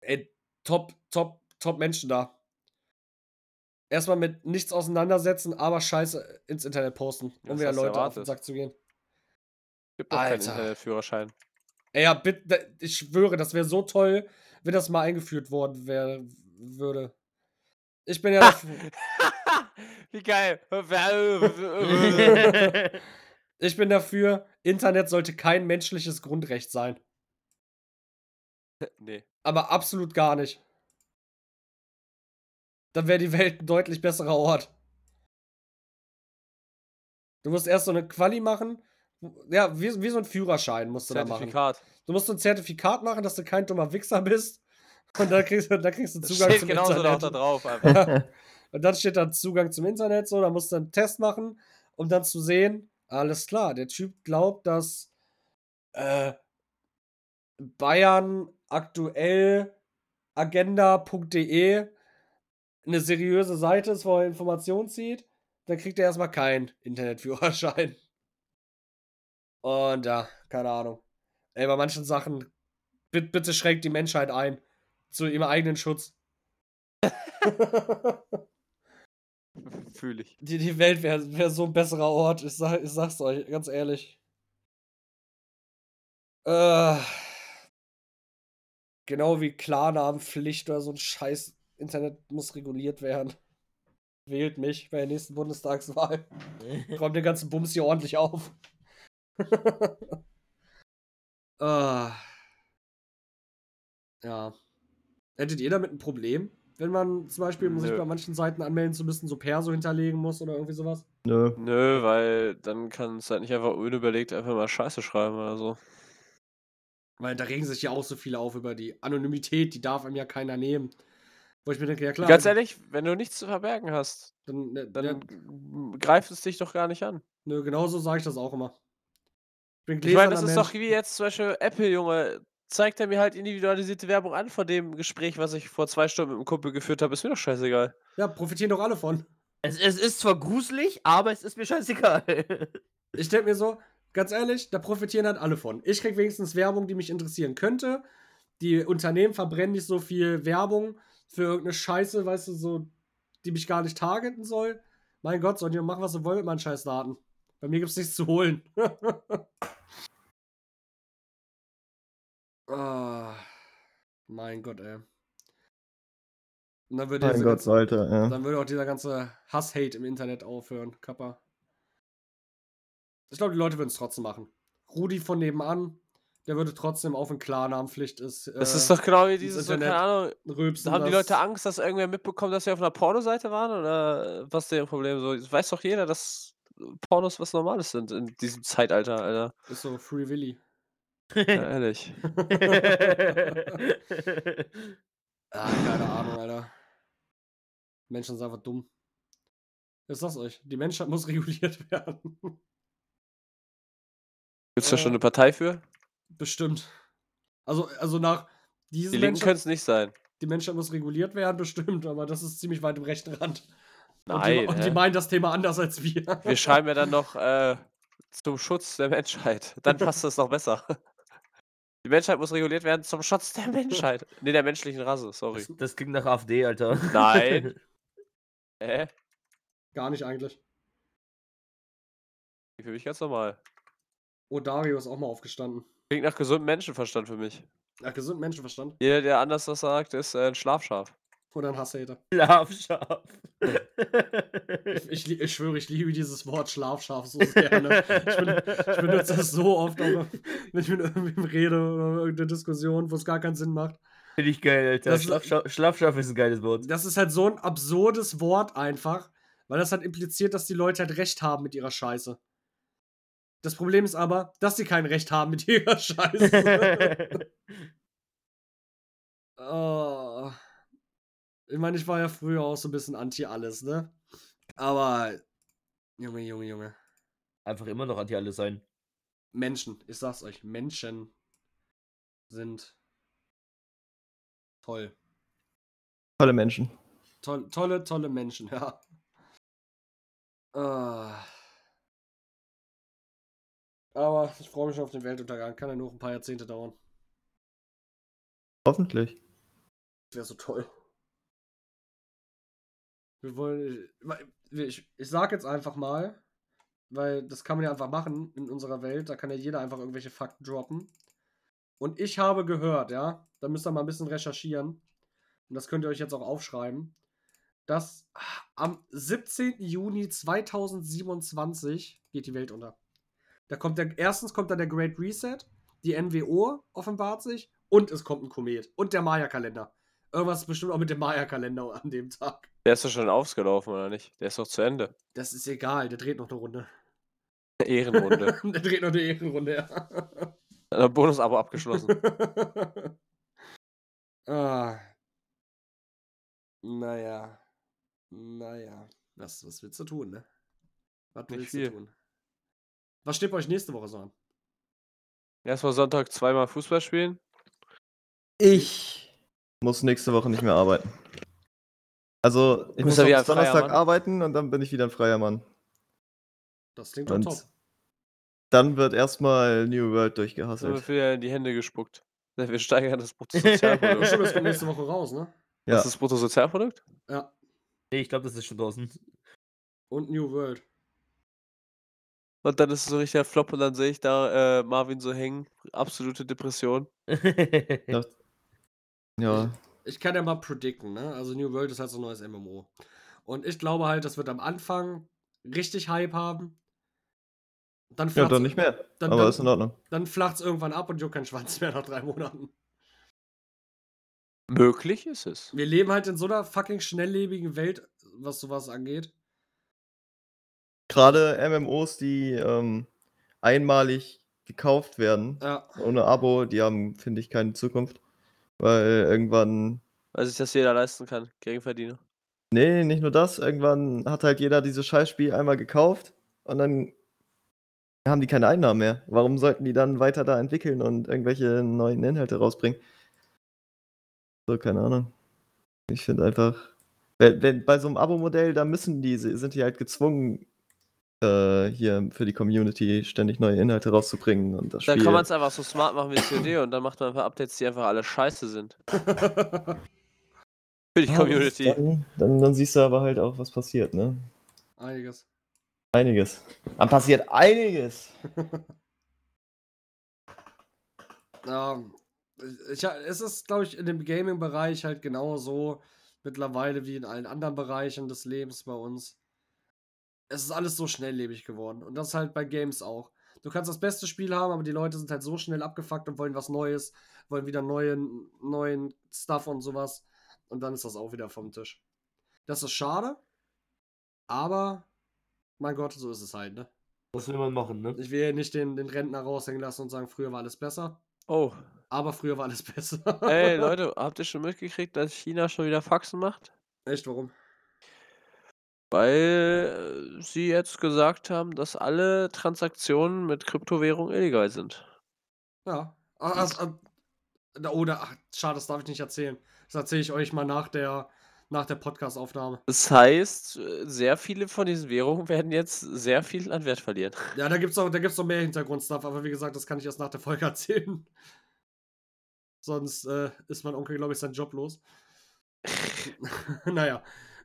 Speaker 1: ey, top, top, top Menschen da. Erstmal mit nichts auseinandersetzen, aber scheiße ins Internet posten,
Speaker 2: Ja,
Speaker 1: um
Speaker 2: was
Speaker 1: wieder
Speaker 2: hast du
Speaker 1: Leute auf den
Speaker 2: erwartet?
Speaker 1: Sack zu gehen.
Speaker 2: Gibt doch keinen
Speaker 1: Alter.
Speaker 2: Internetführerschein.
Speaker 1: Ey, ja, bitte, ich schwöre, das wäre so toll, wenn das mal eingeführt worden wäre, würde. Ich bin ja dafür,
Speaker 2: wie geil. Äh,
Speaker 1: ich bin dafür, Internet sollte kein menschliches Grundrecht sein.
Speaker 2: äh. nee.
Speaker 1: Aber absolut gar nicht. Dann wäre die Welt ein deutlich besserer Ort. Du musst erst so eine Quali machen. Ja, wie, wie so ein Führerschein musst du da machen.
Speaker 2: Zertifikat.
Speaker 1: Du musst so ein Zertifikat machen, dass du kein dummer Wichser bist. Und dann kriegst du, dann kriegst du
Speaker 2: Das
Speaker 1: Zugang
Speaker 2: steht
Speaker 1: zum
Speaker 2: genauso
Speaker 1: Internet.
Speaker 2: da drauf. Einfach.
Speaker 1: Und dann steht dann Zugang zum Internet, so, da musst du einen Test machen, um dann zu sehen, alles klar, der Typ glaubt, dass äh, Bayern aktuell agenda.de eine seriöse Seite ist, wo er Informationen zieht, dann kriegt er erstmal keinen Internetführerschein. Und ja, keine Ahnung. Ey, bei manchen Sachen, bitte, bitte schränkt die Menschheit ein. Zu ihrem eigenen Schutz.
Speaker 2: Fühle ich.
Speaker 1: Die, die Welt wäre wär so ein besserer Ort, ich, sag, ich sag's euch, ganz ehrlich. Äh, genau wie Klarnamenpflicht oder so ein Scheiß. Internet muss reguliert werden. Wählt mich bei der nächsten Bundestagswahl. Räumt den ganzen Bums hier ordentlich auf. Ah. Ja. Hättet ihr damit ein Problem, wenn man zum Beispiel, um sich
Speaker 2: Nö.
Speaker 1: bei manchen Seiten anmelden zu müssen, so Perso hinterlegen muss oder irgendwie sowas?
Speaker 3: Nö.
Speaker 2: Nö, weil dann kannst du halt nicht einfach unüberlegt einfach mal Scheiße schreiben oder so.
Speaker 1: Weil da regen sich ja auch so viele auf über die Anonymität, die darf einem ja keiner nehmen. Wo ich mir denke, ja klar.
Speaker 2: Ganz ehrlich, wenn du nichts zu verbergen hast,
Speaker 1: Dann, ne, dann,
Speaker 2: dann
Speaker 1: dann,
Speaker 2: g- greift es dich doch gar nicht an.
Speaker 1: nö, genauso sage ich das auch immer. Ich bin
Speaker 2: Ich meine, das
Speaker 1: gläserner
Speaker 2: ist
Speaker 1: Mensch.
Speaker 2: doch wie jetzt zum Beispiel Apple, Junge. Zeigt er mir halt individualisierte Werbung an von dem Gespräch, was ich vor zwei Stunden mit einem Kumpel geführt habe, ist mir doch scheißegal.
Speaker 1: Ja, profitieren doch alle von.
Speaker 4: Es, es ist zwar gruselig, aber es ist mir scheißegal.
Speaker 1: Ich denke mir so, ganz ehrlich, da profitieren halt alle von. Ich krieg wenigstens Werbung, die mich interessieren könnte. Die Unternehmen verbrennen nicht so viel Werbung für irgendeine Scheiße, weißt du, so, die mich gar nicht targeten soll. Mein Gott, sollen die machen, was sie wollen mit meinen Scheißdaten. Bei mir gibt's nichts zu holen. ah, mein Gott, ey. Und dann würde
Speaker 3: Mein
Speaker 1: diese
Speaker 3: Gott,
Speaker 1: ganze-
Speaker 3: sollte. Ja.
Speaker 1: dann würde auch dieser ganze Hass-Hate im Internet aufhören, Kappa. Ich glaube, die Leute würden es trotzdem machen. Rudi von nebenan, der würde trotzdem auf den Klarnamenpflicht ist.
Speaker 2: Das
Speaker 1: äh,
Speaker 2: ist doch genau wie
Speaker 1: ins
Speaker 2: dieses, so,
Speaker 1: Internet
Speaker 2: keine Ahnung,
Speaker 1: rülpsen,
Speaker 2: haben die
Speaker 1: das-
Speaker 2: Leute Angst, dass irgendwer mitbekommt, dass sie auf einer Pornoseite waren oder was ist deren Problem? So, das weiß doch jeder, dass Pornos was Normales sind in diesem Zeitalter, Alter.
Speaker 1: Ist so Free Willy.
Speaker 2: Ja, ehrlich.
Speaker 1: Ah, keine Ahnung, Alter. Menschen sind einfach dumm. Ich sag's euch, die Menschheit muss reguliert werden.
Speaker 2: Gibt's da
Speaker 1: Äh,
Speaker 2: schon eine Partei für?
Speaker 1: bestimmt. Also, also nach
Speaker 2: Die
Speaker 1: diesem
Speaker 2: Linken können es nicht sein.
Speaker 1: die Menschheit muss reguliert werden, bestimmt, aber das ist ziemlich weit im rechten Rand.
Speaker 2: Nein.
Speaker 1: und die, und die
Speaker 2: hä?
Speaker 1: meinen das Thema anders als wir.
Speaker 2: Wir schreiben ja dann noch äh, zum Schutz der Menschheit. Dann passt das noch besser. Die Menschheit muss reguliert werden zum Schutz der Menschheit. Nee, der menschlichen Rasse, sorry.
Speaker 4: Das, das klingt nach AfD, Alter.
Speaker 2: Nein. Hä?
Speaker 1: Gar nicht eigentlich.
Speaker 2: Für mich ganz normal.
Speaker 1: Oh, Dario ist auch mal aufgestanden.
Speaker 2: Klingt nach gesundem Menschenverstand für mich.
Speaker 1: Nach gesundem Menschenverstand.
Speaker 2: Jeder, der anders das sagt, ist äh, ein Schlafschaf.
Speaker 1: Oder ein Hasshater.
Speaker 4: Schlafschaf.
Speaker 1: Ich, ich, lie- ich schwöre, ich liebe dieses Wort Schlafschaf so sehr. Ne? Ich, bin, ich benutze das so oft, auch, wenn ich mit irgendwem rede oder irgendeine Diskussion, wo es gar keinen Sinn macht.
Speaker 4: Finde ich geil, Alter.
Speaker 1: Das-
Speaker 4: Schlafschaf, Schlafschaf ist ein geiles Wort.
Speaker 1: Das ist halt so ein absurdes Wort einfach, weil das halt impliziert, dass die Leute halt Recht haben mit ihrer Scheiße. Das Problem ist aber, dass sie kein Recht haben mit ihrer Scheiße. Oh. Ich meine, ich war ja früher auch so ein bisschen anti alles, ne? Aber, Junge, Junge, Junge.
Speaker 4: Einfach immer noch anti alles sein.
Speaker 1: Menschen, ich sag's euch, Menschen sind toll.
Speaker 3: Tolle Menschen.
Speaker 1: Toll, tolle, tolle Menschen, ja. Ah. Aber ich freue mich schon auf den Weltuntergang. Kann ja nur noch ein paar Jahrzehnte dauern.
Speaker 3: Hoffentlich.
Speaker 1: Das wäre so toll. Wir wollen. Ich, ich, ich sag jetzt einfach mal, weil das kann man ja einfach machen in unserer Welt. Da kann ja jeder einfach irgendwelche Fakten droppen. Und ich habe gehört, ja, da müsst ihr mal ein bisschen recherchieren. Und das könnt ihr euch jetzt auch aufschreiben. Dass am 17. Juni 2027 geht die Welt unter. Da kommt der, erstens kommt dann der Great Reset, die NWO offenbart sich und es kommt ein Komet und der Maya-Kalender. Irgendwas ist bestimmt auch mit dem Maya-Kalender an dem Tag.
Speaker 2: Der ist doch schon ausgelaufen, oder nicht? Der ist doch zu Ende.
Speaker 1: Das ist egal, der dreht noch eine Runde.
Speaker 2: Ehrenrunde.
Speaker 1: der dreht noch eine Ehrenrunde, ja.
Speaker 2: Hat ein Bonusabo abgeschlossen.
Speaker 1: ah. Naja. Naja. Was, was willst du tun, ne? Was
Speaker 2: Nicht
Speaker 1: willst
Speaker 2: viel.
Speaker 1: du tun? Was steht bei euch nächste Woche so an?
Speaker 2: Erstmal Sonntag zweimal Fußball spielen.
Speaker 3: Ich muss nächste Woche nicht mehr arbeiten. Also, ich
Speaker 2: bist
Speaker 3: muss
Speaker 2: ja
Speaker 3: noch
Speaker 2: wieder
Speaker 3: bis
Speaker 2: ein freier
Speaker 3: Donnerstag
Speaker 2: Mann.
Speaker 3: arbeiten und dann bin ich wieder ein freier Mann.
Speaker 1: Das klingt doch
Speaker 3: Und-
Speaker 1: top.
Speaker 3: Dann wird erstmal New World
Speaker 2: Dann wird
Speaker 3: durchgehasselt.
Speaker 2: wieder in die Hände gespuckt. Wir steigern das Bruttosozialprodukt.
Speaker 1: Aber stimmt, das kommt nächste Woche raus, ne?
Speaker 2: Was ist das Bruttosozialprodukt?
Speaker 1: Ja.
Speaker 4: Nee, ich glaube, das ist schon draußen.
Speaker 1: Und New World.
Speaker 2: Und dann ist es so richtig der Flop und dann sehe ich da äh, Marvin so hängen. Absolute Depression.
Speaker 3: Ja. Ja,
Speaker 1: ich kann ja mal predikten, ne? Also New World ist halt so ein neues MMO. Und ich glaube halt, das wird am Anfang richtig Hype haben. Dann
Speaker 3: ja
Speaker 1: flacht's,
Speaker 3: dann nicht mehr.
Speaker 1: Dann,
Speaker 3: Aber
Speaker 1: dann,
Speaker 3: ist in Ordnung.
Speaker 1: dann flacht's irgendwann ab und juckt keinen Schwanz mehr nach drei Monaten.
Speaker 2: Möglich ist es.
Speaker 1: Wir leben halt in so einer fucking schnelllebigen Welt, was sowas angeht.
Speaker 3: Gerade MMOs, die ähm, einmalig gekauft werden,
Speaker 1: Ja,
Speaker 3: ohne Abo, die haben, finde ich, keine Zukunft. Weil irgendwann.
Speaker 2: Weil sich das jeder leisten kann. Geringverdiener.
Speaker 3: Nee, nicht nur das. Irgendwann hat halt jeder dieses Scheißspiel einmal gekauft und dann haben die keine Einnahmen mehr. Warum sollten die dann weiter da entwickeln und irgendwelche neuen Inhalte rausbringen? So, keine Ahnung. Ich finde einfach, Wenn, wenn, bei so einem Abo-Modell, da müssen die, sind die halt gezwungen, äh, hier für die Community ständig neue Inhalte rauszubringen. Und das
Speaker 2: Dann
Speaker 3: Spiel.
Speaker 2: kann man es einfach so smart machen wie COD und dann macht man einfach Updates, die einfach alle scheiße sind. Für die
Speaker 3: Ja,
Speaker 2: Community.
Speaker 3: Dann, dann, dann siehst du aber halt auch, was passiert, ne?
Speaker 1: Einiges.
Speaker 3: Einiges. Dann passiert einiges.
Speaker 1: Ja, Ähm, ich, ja, es ist, glaube ich, in dem Gaming-Bereich halt genauso mittlerweile wie in allen anderen Bereichen des Lebens bei uns. Es ist alles so schnelllebig geworden. Und das halt bei Games auch. Du kannst das beste Spiel haben, aber die Leute sind halt so schnell abgefuckt und wollen was Neues, wollen wieder neuen, neuen Stuff und sowas. Und dann ist das auch wieder vom Tisch. Das ist schade, aber mein Gott, so ist es halt, ne?
Speaker 4: Was will man machen, ne?
Speaker 1: Ich will hier nicht den, den Rentner raushängen lassen und sagen, früher war alles besser.
Speaker 2: Oh,
Speaker 1: Aber früher war alles besser.
Speaker 2: ey Leute, habt ihr schon mitgekriegt, dass China schon wieder Faxen macht?
Speaker 1: Echt, warum?
Speaker 2: Weil äh, sie jetzt gesagt haben, dass alle Transaktionen mit Kryptowährung illegal sind.
Speaker 1: Ja. Ah,
Speaker 2: Hm.
Speaker 1: ah, ah, da- Oder, ach, schade, das darf ich nicht erzählen. Das erzähle ich euch mal nach der, nach der Podcast-Aufnahme.
Speaker 2: Das heißt, äh, sehr viele von diesen Währungen werden jetzt sehr viel an Wert verlieren.
Speaker 1: Ja, da gibt es noch, da gibt's noch mehr Hintergrundstuff, aber wie gesagt, das kann ich erst nach der Folge erzählen. Sonst äh, ist mein Onkel, glaube ich, sein Job los. naja.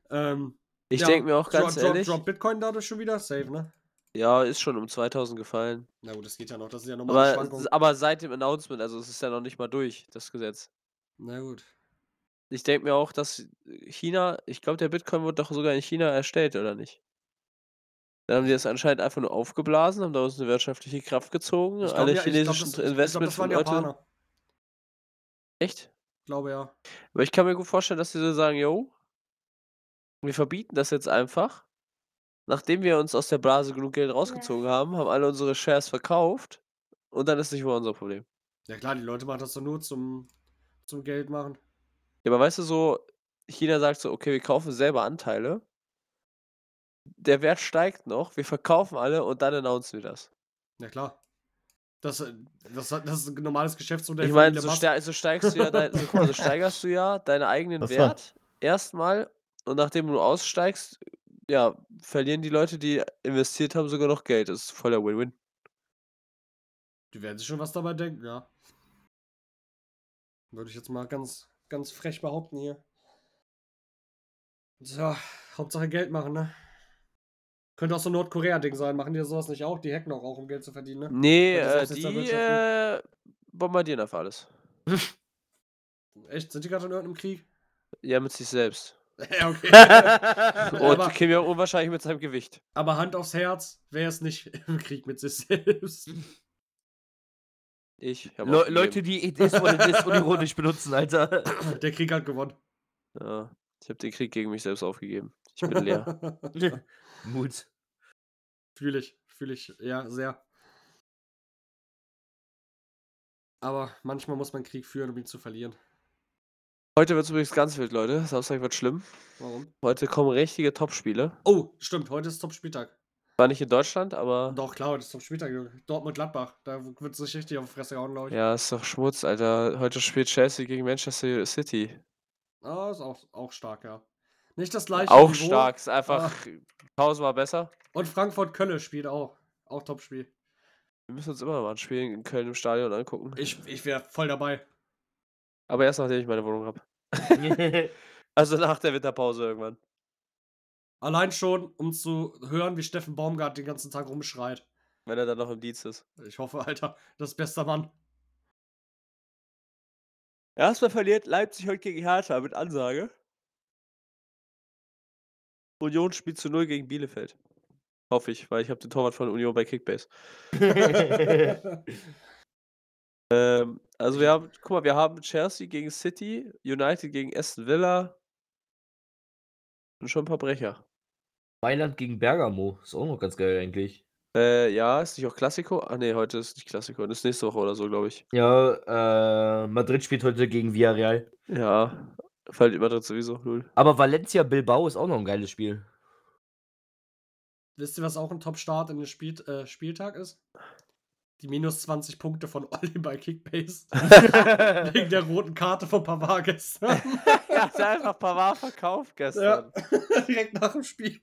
Speaker 1: Ähm,
Speaker 2: Ich
Speaker 1: ja,
Speaker 2: denke mir auch ganz
Speaker 1: drop,
Speaker 2: ehrlich,
Speaker 1: Drop, drop Bitcoin dadurch schon wieder? Safe, ne?
Speaker 2: ja, ist schon um 2000 gefallen.
Speaker 1: Na gut, das geht ja noch. Das sind ja normale
Speaker 2: Aber,
Speaker 1: Schwankungen.
Speaker 2: aber seit dem Announcement, also es ist ja noch nicht mal durch, das Gesetz.
Speaker 1: Na gut.
Speaker 2: Ich denke mir auch, dass äh, China, ich glaube, der Bitcoin wurde doch sogar in China erstellt, oder nicht? Dann haben die das anscheinend einfach nur aufgeblasen, haben daraus eine wirtschaftliche Kraft gezogen.
Speaker 1: Ich glaub,
Speaker 2: alle
Speaker 1: ja, ich glaub,
Speaker 2: chinesischen
Speaker 1: das- ich glaub,
Speaker 2: Investments
Speaker 1: das waren
Speaker 2: von Leute.
Speaker 1: Japaner.
Speaker 2: Echt?
Speaker 1: Glaube ja.
Speaker 2: Aber ich kann mir gut vorstellen, dass die so sagen, yo, wir verbieten das jetzt einfach. Nachdem wir uns aus der Blase genug Geld rausgezogen haben, haben alle unsere Shares verkauft und dann ist nicht mehr unser Problem.
Speaker 1: Ja klar, die Leute machen das doch nur zum, zum Geld machen.
Speaker 2: Ja, aber weißt du so, China sagt so, okay, wir kaufen selber Anteile. Der Wert steigt noch, wir verkaufen alle und dann announcen wir das.
Speaker 1: Ja klar. Das, äh, das, hat- das ist ein normales Geschäftsmodell.
Speaker 2: ich
Speaker 1: von
Speaker 2: meine,
Speaker 1: Elon
Speaker 2: so,
Speaker 1: Musk.
Speaker 2: ste- so steigst du ja dein, so, guck mal, so steigerst du ja deinen eigenen
Speaker 3: Das war-
Speaker 2: Wert erstmal und nachdem du aussteigst, ja, verlieren die Leute, die investiert haben, sogar noch Geld. Das ist voller Win-Win.
Speaker 1: Die werden sich schon was dabei denken, ja. Würde ich jetzt mal ganz, ganz frech behaupten hier. Tja, Hauptsache Geld machen, ne? Könnte auch so ein Nordkorea-Ding sein. Machen die sowas nicht auch? Die hacken auch, auch um Geld zu verdienen, ne?
Speaker 2: Nee,
Speaker 1: Weil
Speaker 2: äh,
Speaker 1: das heißt, jetzt
Speaker 2: die äh,
Speaker 1: erwirtschaften.
Speaker 2: bombardieren auf alles.
Speaker 1: ne? Echt? Sind die gerade in irgendeinem Krieg?
Speaker 2: Ja, mit sich selbst.
Speaker 1: ja, okay.
Speaker 2: Und
Speaker 1: Aber-
Speaker 2: Kim Jong-un wahrscheinlich mit seinem Gewicht.
Speaker 1: Aber Hand aufs Herz, wer ist nicht im Krieg mit sich selbst?
Speaker 2: Ich. hab
Speaker 4: Le
Speaker 2: aufgegeben.
Speaker 4: Leute, die it is what it is unironisch benutzen, Alter.
Speaker 1: Der Krieg hat gewonnen.
Speaker 2: Ja, ich habe den Krieg gegen mich selbst aufgegeben. Ich bin leer.
Speaker 4: Mut.
Speaker 1: Fühle ich, fühle ich, ja, sehr. Aber manchmal muss man Krieg führen, um ihn zu verlieren.
Speaker 2: Heute wird es übrigens ganz wild, Leute. Samstag wird schlimm.
Speaker 1: Warum?
Speaker 2: Heute kommen richtige Top-Spiele.
Speaker 1: Oh, stimmt, heute ist Top-Spieltag.
Speaker 2: War nicht in Deutschland, aber.
Speaker 1: Doch, klar, heute ist Top-Spieltag. Junge. Dortmund-Gladbach, da wird sich richtig auf die Fresse gehauen, glaube ich.
Speaker 2: Ja, ist doch Schmutz, Alter. Heute spielt Chelsea gegen Manchester City.
Speaker 1: Ah, ist auch, auch stark, ja. Nicht das gleiche.
Speaker 2: Auch
Speaker 1: Niveau.
Speaker 2: stark, ist einfach Ah. tausendmal besser.
Speaker 1: Und Frankfurt-Kölle spielt auch. Auch Top-Spiel.
Speaker 2: Wir müssen uns immer mal ein Spiel in Köln im Stadion angucken.
Speaker 1: Ich, ich wäre voll dabei.
Speaker 2: Aber erst nachdem ich meine Wohnung habe. Also nach der Winterpause irgendwann.
Speaker 1: Allein schon, um zu hören, wie Steffen Baumgart den ganzen Tag rumschreit.
Speaker 2: Wenn er dann noch im Dienst ist.
Speaker 1: Ich hoffe, Alter, das ist bester Mann.
Speaker 2: Erstmal verliert Leipzig heute gegen Hertha mit Ansage. Union spielt zu null gegen Bielefeld. Hoffe ich, weil ich habe den Torwart von Union bei Kickbase. Ähm, also wir haben, guck mal, wir haben Chelsea gegen City, United gegen Aston Villa und schon ein paar Brecher.
Speaker 4: Mailand gegen Bergamo. Ist auch noch ganz geil eigentlich.
Speaker 2: Äh, ja, ist nicht auch Klassiko? Ah nee, heute ist nicht Klassiko, das ist nächste Woche oder so, glaube ich.
Speaker 4: Ja, äh, Madrid spielt heute gegen Villarreal.
Speaker 2: Ja, verliert Madrid sowieso null.
Speaker 4: Aber Valencia Bilbao ist auch noch ein geiles Spiel.
Speaker 1: Wisst ihr, was auch ein Top-Start in den Spiel, äh, Spieltag ist? die minus 20 Punkte von Olli bei Kickbase wegen der roten Karte von Pavard gestern.
Speaker 2: Er hat einfach Pavard verkauft
Speaker 1: Ja.
Speaker 2: gestern.
Speaker 1: Direkt nach dem Spiel.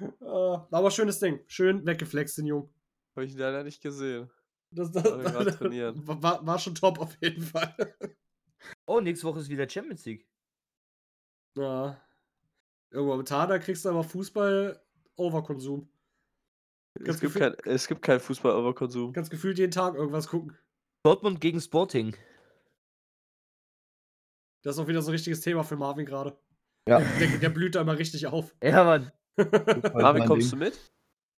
Speaker 1: Äh, aber schönes Ding. Schön weggeflext, den Jungen.
Speaker 2: Habe ich leider nicht gesehen.
Speaker 1: Das, das,
Speaker 2: Soll ich grad trainieren.
Speaker 1: war, war schon top auf jeden Fall.
Speaker 4: Oh, nächste Woche ist wieder Champions League.
Speaker 1: Ja. Irgendwo am Tada kriegst du aber Fußball-Overkonsum.
Speaker 2: Es
Speaker 1: Ganz
Speaker 2: gibt,
Speaker 1: gefühl-
Speaker 2: kein, es gibt keinen Fußball-Overkonsum.
Speaker 1: Ganz gefühlt jeden Tag irgendwas gucken.
Speaker 4: Dortmund gegen Sporting.
Speaker 1: Das ist auch wieder so ein richtiges Thema für Marvin gerade.
Speaker 3: Ja.
Speaker 1: Der, der blüht da immer richtig auf.
Speaker 4: Ja, Mann.
Speaker 2: Marvin, kommst du mit?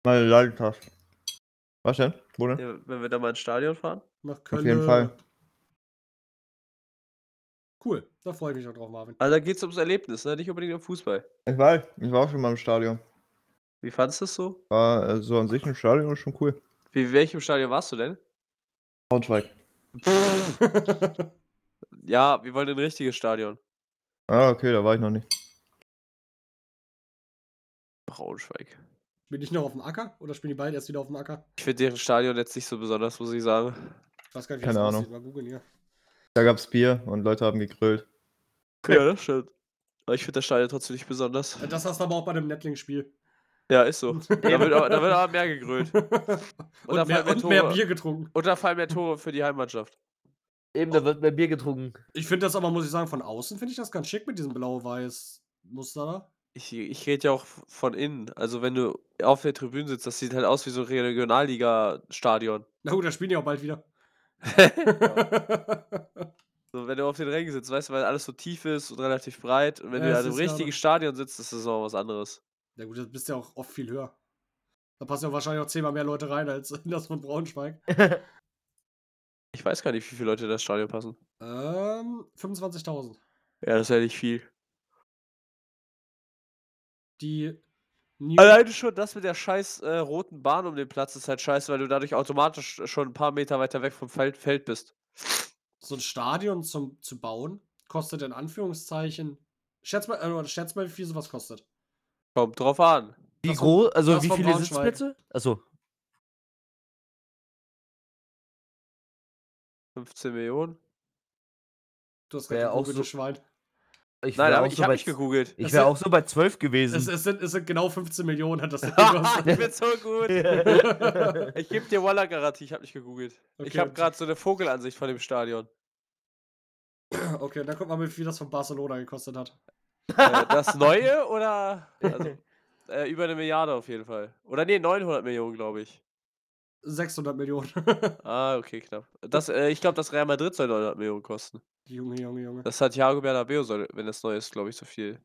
Speaker 3: Meine Leidenschaft. Was denn? Wo denn?
Speaker 2: Ja, wenn wir da mal ins Stadion fahren?
Speaker 1: Nach Köln.
Speaker 3: jeden Fall.
Speaker 1: Cool, da freue ich mich auch drauf, Marvin.
Speaker 2: Also da geht es ums Erlebnis, ne? nicht unbedingt um Fußball.
Speaker 3: Ich war, ich war auch schon mal im Stadion.
Speaker 2: Wie fandest du es so?
Speaker 3: War äh, so an sich ein Stadion ist schon cool.
Speaker 2: Wie welchem Stadion warst du denn?
Speaker 3: Braunschweig.
Speaker 2: Ja, wir wollen ein richtiges Stadion.
Speaker 3: Ah, okay, da war ich noch nicht.
Speaker 2: Braunschweig.
Speaker 1: Bin ich noch auf dem Acker oder spielen die beiden erst wieder auf dem Acker?
Speaker 2: Ich finde deren Stadion jetzt nicht so besonders, muss ich sagen.
Speaker 1: Ich weiß gar nicht,
Speaker 3: Keine
Speaker 1: das
Speaker 3: Ahnung.
Speaker 1: Mal googeln hier.
Speaker 3: Da gab's Bier und Leute haben gegrillt.
Speaker 2: Ja, das stimmt. Aber ich finde das Stadion trotzdem nicht besonders.
Speaker 1: Ja, Das hast du aber auch bei dem Nettling-Spiel.
Speaker 2: Ja, ist so. Da wird aber, da wird aber mehr gegrölt.
Speaker 1: und,
Speaker 2: Und, da
Speaker 1: mehr,
Speaker 2: fallen mehr
Speaker 1: und
Speaker 2: Tore.
Speaker 1: mehr Bier getrunken.
Speaker 2: Und da fallen mehr Tore für die Heimmannschaft.
Speaker 4: Eben, da wird mehr Bier getrunken.
Speaker 1: Ich finde das aber, muss ich sagen, von außen finde ich das ganz schick mit diesem blau-weiß Muster da.
Speaker 2: Ich, ich rede ja auch f- von innen. Also wenn du auf der Tribüne sitzt, das sieht halt aus wie so ein Regionalliga-Stadion.
Speaker 1: Na gut, da spielen die auch bald wieder.
Speaker 2: So, wenn du auf den Rängen sitzt, weißt du, weil alles so tief ist und relativ breit. Und wenn
Speaker 1: Ja,
Speaker 2: du
Speaker 1: es
Speaker 2: an einem
Speaker 1: ist gerade-
Speaker 2: richtigen Stadion sitzt, ist das noch was anderes.
Speaker 1: Na gut, das bist ja auch oft viel höher. Da passen ja wahrscheinlich auch zehnmal mehr Leute rein als in das von Braunschweig.
Speaker 2: Ich weiß gar nicht, wie viele Leute in das Stadion passen.
Speaker 1: Ähm, 25.000.
Speaker 2: Ja, das ist ja nicht viel.
Speaker 1: Die New
Speaker 2: Alleine schon das mit der scheiß äh, roten Bahn um den Platz ist halt scheiße, weil du dadurch automatisch schon ein paar Meter weiter weg vom Feld, Feld bist.
Speaker 1: so ein Stadion zum, zu bauen, kostet in Anführungszeichen. Schätz mal, äh, schätz mal, wie viel sowas kostet.
Speaker 2: Kommt drauf an.
Speaker 4: Wie
Speaker 1: Das-
Speaker 4: groß, also
Speaker 1: das
Speaker 4: wie
Speaker 1: von
Speaker 4: viele
Speaker 1: Braunschweig.
Speaker 4: Sitzplätze? Achso,
Speaker 2: 15 Millionen?
Speaker 1: Du hast
Speaker 4: Wär auch
Speaker 1: gegoogelt,
Speaker 4: so-
Speaker 1: du Schwein.
Speaker 4: ich
Speaker 2: Nein,
Speaker 4: wär
Speaker 2: aber
Speaker 4: auch
Speaker 2: ich
Speaker 4: so
Speaker 2: habe
Speaker 4: bei
Speaker 2: nicht gegoogelt.
Speaker 4: Ich
Speaker 1: Es
Speaker 4: wäre
Speaker 1: ist-
Speaker 4: auch so bei 12
Speaker 1: Es,
Speaker 4: gewesen.
Speaker 1: es, sind, es sind genau 15 Millionen, hat das Ding gekostet.
Speaker 2: ich bin so gut. Ich gebe dir Walla-Garantie, ich habe nicht gegoogelt. Ich
Speaker 1: Okay.
Speaker 2: habe gerade so eine Vogelansicht von dem Stadion.
Speaker 1: Okay, dann guck mal, wie viel das von Barcelona gekostet hat.
Speaker 2: äh, das neue oder? Also, äh, über eine Milliarde auf jeden Fall. Oder nee, 900 Millionen, glaube ich.
Speaker 1: 600 Millionen.
Speaker 2: Ah, okay, knapp. Das, äh, ich glaube, das Real Madrid soll 900 Millionen kosten.
Speaker 1: Junge, Junge, Junge.
Speaker 2: Das Santiago Bernabeu soll, wenn das neu ist, glaube ich, so viel.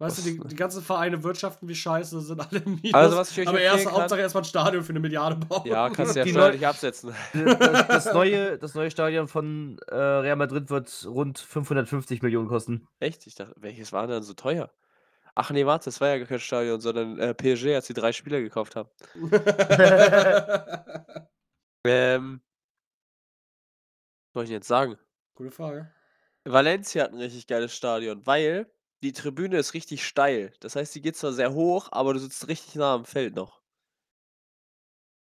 Speaker 1: weißt du, die,
Speaker 2: was-
Speaker 1: die ganzen Vereine wirtschaften wie scheiße, sind alle im Minus.
Speaker 2: Also, was ich euch
Speaker 1: aber erst,
Speaker 2: empfehlen
Speaker 1: Hauptsache erstmal ein Stadion für eine Milliarde bauen.
Speaker 2: kann, Ja, kannst du ja
Speaker 4: Die
Speaker 2: schnell
Speaker 4: Neu-
Speaker 2: nicht absetzen.
Speaker 4: Das, das, das, neue, das neue Stadion von äh, Real Madrid wird rund 550 Millionen kosten.
Speaker 2: Echt? Ich dachte, welches war denn so teuer? Ach nee, warte, das war ja gar kein Stadion, sondern äh, PSG, als die drei Spieler gekauft haben. Ähm. Was soll ich denn jetzt sagen?
Speaker 1: Gute Frage.
Speaker 2: Valencia hat ein richtig geiles Stadion, weil die Tribüne ist richtig steil. Das heißt, die geht zwar sehr hoch, aber du sitzt richtig nah am Feld noch.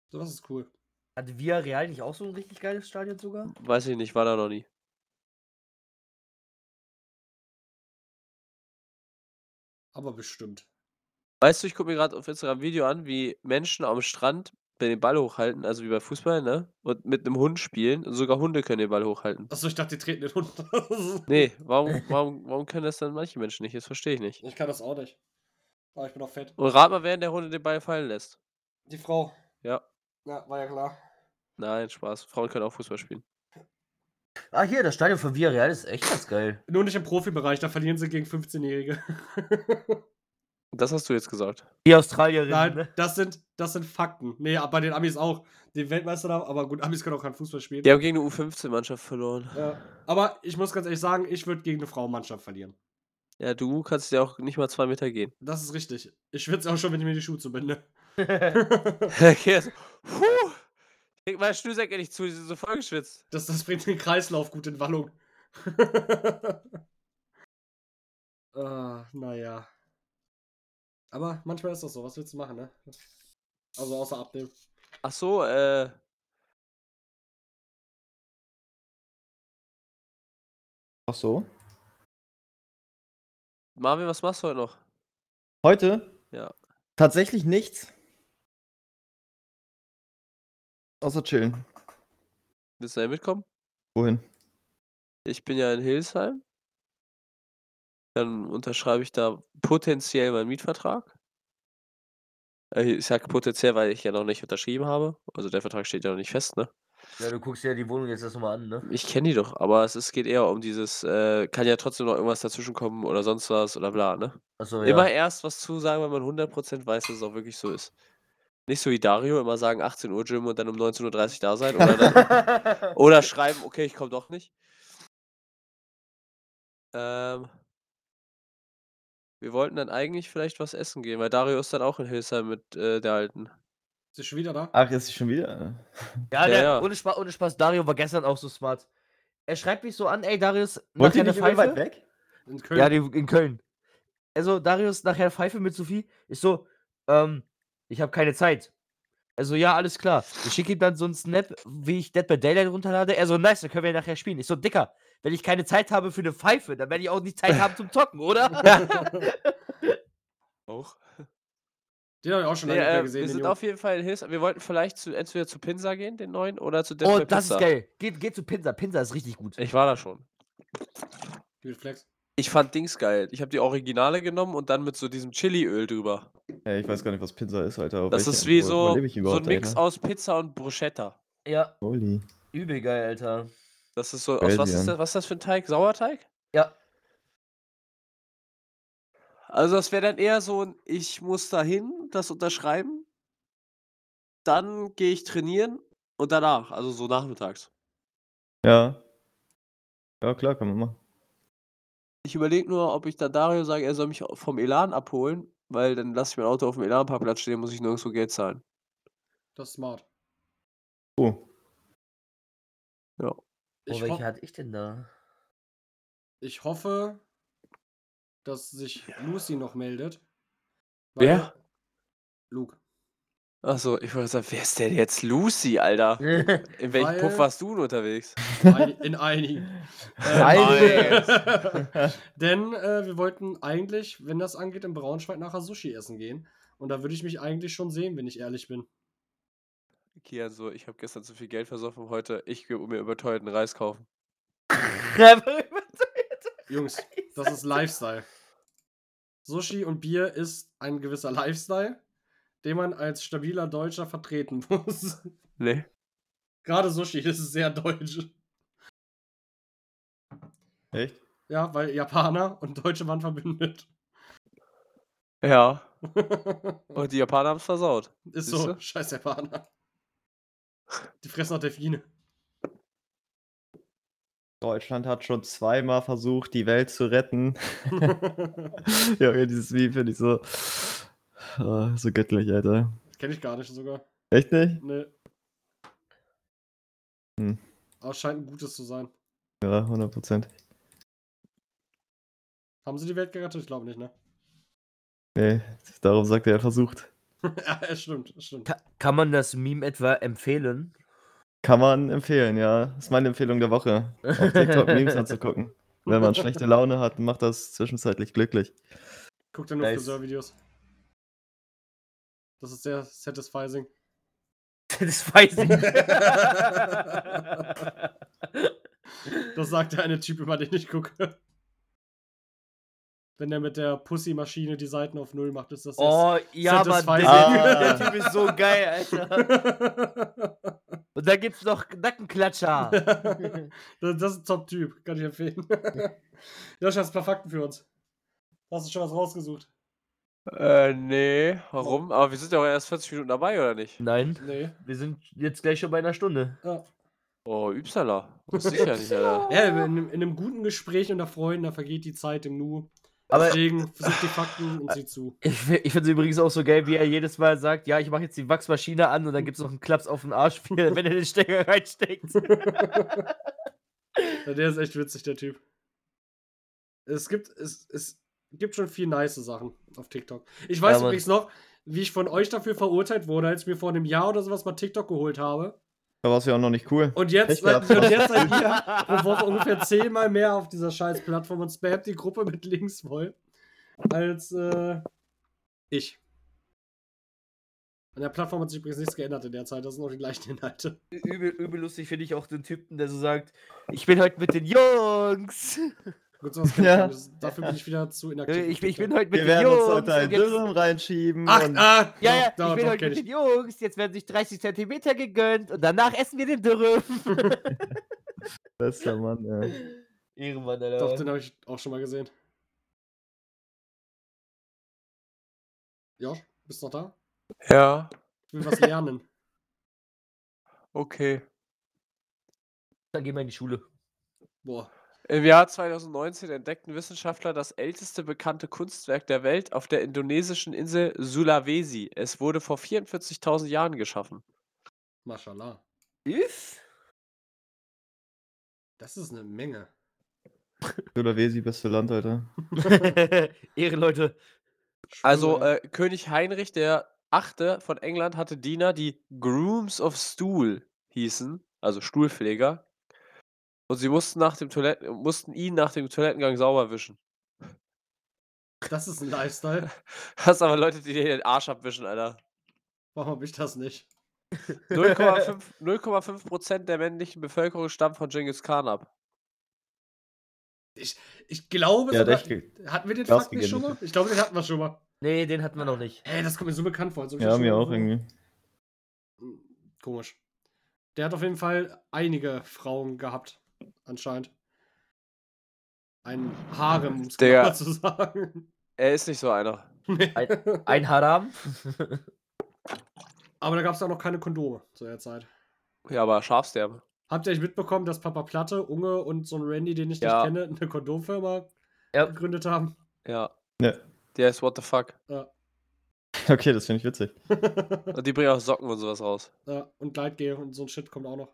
Speaker 1: Sowas ist cool.
Speaker 4: Hat Via Real nicht auch so ein richtig geiles Stadion sogar?
Speaker 2: Weiß ich nicht, war da noch nie.
Speaker 1: Aber bestimmt.
Speaker 2: Weißt du, ich gucke mir gerade auf Instagram ein Video an, wie Menschen am Strand den Ball hochhalten, also wie bei Fußball, ne? Und mit einem Hund spielen. Und sogar Hunde können den Ball hochhalten.
Speaker 1: Achso, ich dachte, die treten den Hund.
Speaker 2: Nee, warum, warum, warum können das dann manche Menschen nicht? Das verstehe ich nicht.
Speaker 1: ich kann das auch nicht. Aber ich bin auch fett.
Speaker 2: Und rat mal, während der Hunde den Ball fallen lässt.
Speaker 1: Die Frau.
Speaker 2: Ja.
Speaker 1: Ja, war ja klar.
Speaker 2: Nein, Spaß. Frauen können auch Fußball spielen.
Speaker 4: Ah, hier, das Stadion von Via Real ist echt ganz geil.
Speaker 1: Nur nicht im Profibereich, da verlieren sie gegen 15-Jährige.
Speaker 2: Das hast du jetzt gesagt.
Speaker 4: Die Australierinnen.
Speaker 1: Nein,
Speaker 4: ne?
Speaker 1: das sind, das sind Fakten. Nee, aber bei den Amis auch. Den Weltmeister da, aber gut, Amis können auch kein Fußball spielen.
Speaker 2: Die haben gegen 'ne eine U15-Mannschaft verloren.
Speaker 1: Ja. Aber ich muss ganz ehrlich sagen, ich würde gegen eine Frauenmannschaft verlieren.
Speaker 2: Ja, du kannst ja auch nicht mal zwei Meter gehen.
Speaker 1: Das ist richtig. Ich schwitze auch schon, wenn ich mir die Schuhe zubinde.
Speaker 4: ne?
Speaker 2: Okay, also, puh, krieg meine Schnürsenkel nicht zu, die sind so vollgeschwitzt.
Speaker 1: Das, das bringt den Kreislauf gut in Wallung. Ah, naja. Aber manchmal ist das so. Was willst du machen, ne? Also außer abnehmen.
Speaker 2: Ach so, äh.
Speaker 3: Ach so.
Speaker 2: Marvin, was machst du heute noch?
Speaker 3: Heute?
Speaker 2: Ja.
Speaker 3: Tatsächlich nichts. Außer chillen.
Speaker 2: Willst du da mitkommen?
Speaker 3: Wohin?
Speaker 2: Ich bin ja in Hilsheim. Dann unterschreibe ich da potenziell meinen Mietvertrag. Äh, Ich sage potenziell, weil ich ja noch nicht unterschrieben habe. Also der Vertrag steht ja noch nicht fest, ne?
Speaker 4: Ja, du guckst dir ja die Wohnung jetzt erstmal an, ne?
Speaker 2: Ich kenne die doch, aber es ist, geht eher um dieses, äh, kann ja trotzdem noch irgendwas dazwischen kommen oder sonst was oder bla, ne?
Speaker 4: Achso,
Speaker 2: Immer erst was zusagen, wenn man 100% weiß, dass es auch wirklich so ist. Nicht so wie Dario, immer sagen 18 Uhr Gym und dann um 19.30 Uhr da sein oder, dann,
Speaker 4: ja.
Speaker 2: oder schreiben, okay, ich komme doch nicht. Ähm, wir wollten dann eigentlich vielleicht was essen gehen, weil Dario ist dann auch in Hilsheim mit äh, der Alten.
Speaker 1: Ist sie schon wieder da?
Speaker 2: Ah,
Speaker 3: Ach, ist sie schon wieder? äh.
Speaker 4: Ja,
Speaker 2: Ja,
Speaker 4: der,
Speaker 2: ja.
Speaker 4: Ohne, Spaß, ohne Spaß, Dario war gestern auch so smart. Er schreibt mich so an, ey, Darius,
Speaker 3: Wollt ihr nicht
Speaker 4: nachher eine
Speaker 3: immer weit
Speaker 4: Pfeife?
Speaker 3: weg?
Speaker 1: In Köln.
Speaker 4: Ja, die, in Köln. Also, Darius nachher Pfeife mit Sophie. Ich so, ähm, ich habe keine Zeit. Also, ja, alles klar. Ich schicke ihm dann so einen Snap, wie ich Dead by Daylight runterlade. Er so, nice, dann können wir nachher spielen. Ich so, Dicker, wenn ich keine Zeit habe für eine Pfeife, dann werde ich auch nicht Zeit haben zum Zocken, oder?
Speaker 2: Auch?
Speaker 1: Den habe ich auch schon
Speaker 2: Nee,
Speaker 1: lange nicht mehr
Speaker 2: äh,
Speaker 1: gesehen.
Speaker 2: wir
Speaker 1: den
Speaker 2: sind
Speaker 1: Jungen.
Speaker 2: auf jeden Fall in Hilsheim. Wir wollten vielleicht zu, entweder zu Pinsa gehen, den neuen, oder zu Death
Speaker 4: oh,
Speaker 2: by
Speaker 4: das
Speaker 2: Pizza.
Speaker 4: ist geil. Geht, geht zu Pinsa. Pinsa ist richtig gut.
Speaker 2: Ich war da schon.
Speaker 1: Mit Flex.
Speaker 2: Ich fand Dings geil. Ich habe die Originale genommen und dann mit so diesem Chiliöl drüber.
Speaker 3: Ja, ich weiß gar nicht, was Pizza ist, Alter.
Speaker 2: Das
Speaker 3: Welche-
Speaker 2: ist wie
Speaker 3: wo-
Speaker 2: so,
Speaker 3: wo lebe ich
Speaker 2: so ein
Speaker 3: überhaupt,
Speaker 2: Mix
Speaker 3: Alter?
Speaker 2: aus Pizza und Bruschetta.
Speaker 4: Ja,
Speaker 3: Holy.
Speaker 4: übel geil, Alter.
Speaker 2: Das ist so, aus
Speaker 3: Geil,
Speaker 2: was
Speaker 3: Jan.
Speaker 2: ist das, was ist das für ein Teig? Sauerteig?
Speaker 4: Ja.
Speaker 2: Also das wäre dann eher so ein, ich muss dahin, das unterschreiben, dann gehe ich trainieren und danach, also so nachmittags.
Speaker 3: Ja. Ja, klar, kann man machen.
Speaker 2: Ich überlege nur, ob ich dann Dario sage, er soll mich au- vom Elan abholen, weil dann lasse ich mein Auto auf dem Elan-Parkplatz stehen, muss ich nirgendwo Geld zahlen.
Speaker 1: Das ist smart.
Speaker 3: Oh,
Speaker 1: Ich,
Speaker 4: oh, welche
Speaker 1: ho
Speaker 4: hatte ich denn da?
Speaker 1: ich hoffe, dass sich Lucy noch meldet.
Speaker 2: Wer?
Speaker 1: Weil- Luke.
Speaker 2: Achso, ich wollte sagen, wer ist denn jetzt Lucy, Alter? In welchem Puff
Speaker 1: Weil-
Speaker 2: warst du denn unterwegs?
Speaker 1: Ein- In einigen. Ähm,
Speaker 3: Einigen.
Speaker 1: Denn äh, wir wollten eigentlich, wenn das angeht, in Braunschweig nachher Sushi essen gehen. Und da würde ich mich eigentlich schon sehen, wenn ich ehrlich bin.
Speaker 2: Kian so, also ich habe gestern zu viel Geld versoffen, heute ich gehe mir überteuerten Reis kaufen.
Speaker 1: Jungs, das ist Lifestyle. Sushi und Bier ist ein gewisser Lifestyle, den man als stabiler Deutscher vertreten muss.
Speaker 2: Nee.
Speaker 1: Gerade Sushi das ist sehr deutsch.
Speaker 3: Echt?
Speaker 1: Ja, weil Japaner und Deutsche waren verbündet.
Speaker 2: Ja. Und die Japaner haben es versaut.
Speaker 1: ist so,
Speaker 2: Siehste?
Speaker 1: scheiß Japaner. Die fressen auch Delfine.
Speaker 3: Deutschland hat schon zweimal versucht, die Welt zu retten. ja, dieses Meme finde ich so. ah, so göttlich, Alter.
Speaker 1: Kenne ich gar nicht sogar.
Speaker 3: Echt nicht?
Speaker 1: Ne.
Speaker 3: Hm.
Speaker 1: Aber es scheint ein gutes zu sein.
Speaker 3: Ja, 100%.
Speaker 1: Haben sie die Welt gerettet? Ich glaube nicht, ne?
Speaker 3: Nee, darum sagt er, er versucht.
Speaker 1: ja, es stimmt, es stimmt.
Speaker 4: Ka kann man das Meme etwa empfehlen?
Speaker 3: Kann man empfehlen, ja. Ist meine Empfehlung der Woche. Auf TikTok Memes anzugucken. Wenn man schlechte Laune hat, macht das zwischenzeitlich glücklich.
Speaker 1: Guck dir nur
Speaker 4: Nice.
Speaker 1: Friseurvideos. Das ist sehr satisfying.
Speaker 4: das weiß ich.
Speaker 1: Das sagt der eine Typ, über den ich gucke. Wenn der mit der Pussy-Maschine die Seiten auf Null macht, ist das
Speaker 4: oh, ja, Mann, der,
Speaker 1: Satisfying.
Speaker 3: Ah.
Speaker 4: der Typ ist so geil, Alter. Und da gibt's noch Nackenklatscher.
Speaker 1: das, das ist ein Top-Typ, kann ich empfehlen. Josh, hast ein paar Fakten für uns. Hast du schon was rausgesucht?
Speaker 2: Äh, nee. Warum? Oh. Aber wir sind ja auch erst 40 Minuten dabei, oder nicht?
Speaker 4: Nein,
Speaker 1: Nee. Ah.
Speaker 4: wir sind jetzt gleich schon bei einer Stunde.
Speaker 1: Ja.
Speaker 2: Oh, Übsala. Das ist sicher nicht, Alter.
Speaker 1: Ja, in, einem- in einem guten Gespräch unter Freunden, da vergeht die Zeit im Nu.
Speaker 4: Aber-
Speaker 1: Deswegen sucht die Fakten und sieh zu.
Speaker 4: Ich, fi- ich finde es übrigens auch so geil, wie er jedes Mal sagt, ja, ich mache jetzt die Wachsmaschine an und dann gibt's noch einen Klaps auf den Arsch, wenn er den Stecker reinsteckt.
Speaker 1: Ja, Der ist echt witzig, der Typ. Es gibt, es, es gibt schon viel nice Sachen auf TikTok. Ich weiß
Speaker 4: Ja, Mann.
Speaker 1: übrigens noch, wie ich von euch dafür verurteilt wurde, als ich mir vor einem Jahr oder sowas mal TikTok geholt habe.
Speaker 3: Da warst du ja auch noch nicht cool.
Speaker 1: Und jetzt,
Speaker 3: Pech gehabt,
Speaker 1: und jetzt seid ihr pro Woche ungefähr zehnmal mehr auf dieser scheiß Plattform und spammt die Gruppe mit Links voll als äh, ich. An der Plattform hat sich übrigens nichts geändert in der Zeit, das sind noch die gleichen Inhalte.
Speaker 4: Übel, übel lustig finde ich auch den Typen, der so sagt, ich bin heute mit den Jungs.
Speaker 1: Gut, sowas kann
Speaker 3: Ja.
Speaker 1: ich, nicht. dafür bin ich wieder zu inaktiv.
Speaker 4: Ich, bin- ich bin heute mit
Speaker 3: Wir
Speaker 4: den
Speaker 3: werden uns
Speaker 4: Jungs.
Speaker 3: heute einen
Speaker 4: und jetzt-
Speaker 3: Dürren reinschieben.
Speaker 1: Ach,
Speaker 3: und
Speaker 1: ah!
Speaker 4: ja, ja,
Speaker 1: doch,
Speaker 4: ich bin
Speaker 1: doch,
Speaker 4: heute
Speaker 1: kenn
Speaker 4: mit
Speaker 1: ich.
Speaker 4: den Jungs. Jetzt werden sich 30 Zentimeter gegönnt und danach essen wir den Dürren.
Speaker 3: bester Mann, ja.
Speaker 4: Ehrenmann,
Speaker 1: Doch,
Speaker 4: Alter.
Speaker 1: den habe ich auch schon mal gesehen. Josh, bist du noch da?
Speaker 2: Ja,
Speaker 1: Ich will was lernen.
Speaker 2: okay.
Speaker 4: Dann gehen wir in die Schule.
Speaker 1: Boah.
Speaker 2: Im Jahr 2019 entdeckten Wissenschaftler das älteste bekannte Kunstwerk der Welt auf der indonesischen Insel Sulawesi. Es wurde vor 44.000 Jahren geschaffen.
Speaker 1: Mashallah.
Speaker 4: Ist?
Speaker 1: Das ist eine Menge.
Speaker 3: Sulawesi, beste Land, Alter.
Speaker 4: Ehre, Leute.
Speaker 2: Also
Speaker 1: Schwöre.
Speaker 2: äh, König Heinrich der Achte von England hatte Diener, die Grooms of Stool hießen, also Stuhlpfleger. Und sie mussten, nach dem Toiletten, mussten ihn nach dem Toilettengang sauber wischen. äh,
Speaker 1: das ist ein Lifestyle.
Speaker 2: Hast aber Leute, die dir den Arsch abwischen, Alter.
Speaker 1: Warum hab ich das nicht?
Speaker 2: 0,5 0,5 Prozent der männlichen Bevölkerung stammt von Genghis Khan ab.
Speaker 1: Ich glaube,
Speaker 3: Ja,
Speaker 1: sogar-
Speaker 3: recht ge-
Speaker 1: hatten wir den
Speaker 3: Glas
Speaker 1: Fakt nicht schon mal?
Speaker 3: gegeben.
Speaker 1: Ich glaube, den hatten wir schon mal.
Speaker 4: Nee, den hatten wir noch nicht.
Speaker 1: Hey, das kommt mir so bekannt vor. als ob ich
Speaker 3: Ja,
Speaker 1: das schon
Speaker 3: mir
Speaker 1: mal
Speaker 3: auch
Speaker 1: gehört
Speaker 3: irgendwie.
Speaker 1: habe. Hm, Komisch. Der hat auf jeden Fall einige Frauen gehabt, anscheinend. Ein Harem, um es
Speaker 2: Der-
Speaker 1: genauer zu sagen.
Speaker 2: Er ist nicht so einer.
Speaker 1: Nee.
Speaker 4: Ein Haram?
Speaker 1: Aber da gab es auch noch keine Kondome zu der Zeit.
Speaker 2: Ja, aber Schafsterben.
Speaker 1: Habt ihr euch mitbekommen, dass Papa Platte, Unge und so ein Randy, den ich nicht
Speaker 2: Ja.
Speaker 1: kenne, eine Kondomfirma
Speaker 4: Ja.
Speaker 1: gegründet haben?
Speaker 2: Ja.
Speaker 3: Ja.
Speaker 2: Der ist what the fuck.
Speaker 3: Okay, das finde ich witzig.
Speaker 2: Und die bringen auch Socken und sowas raus.
Speaker 1: Ja, und Gleitgel und so ein Shit kommt auch noch.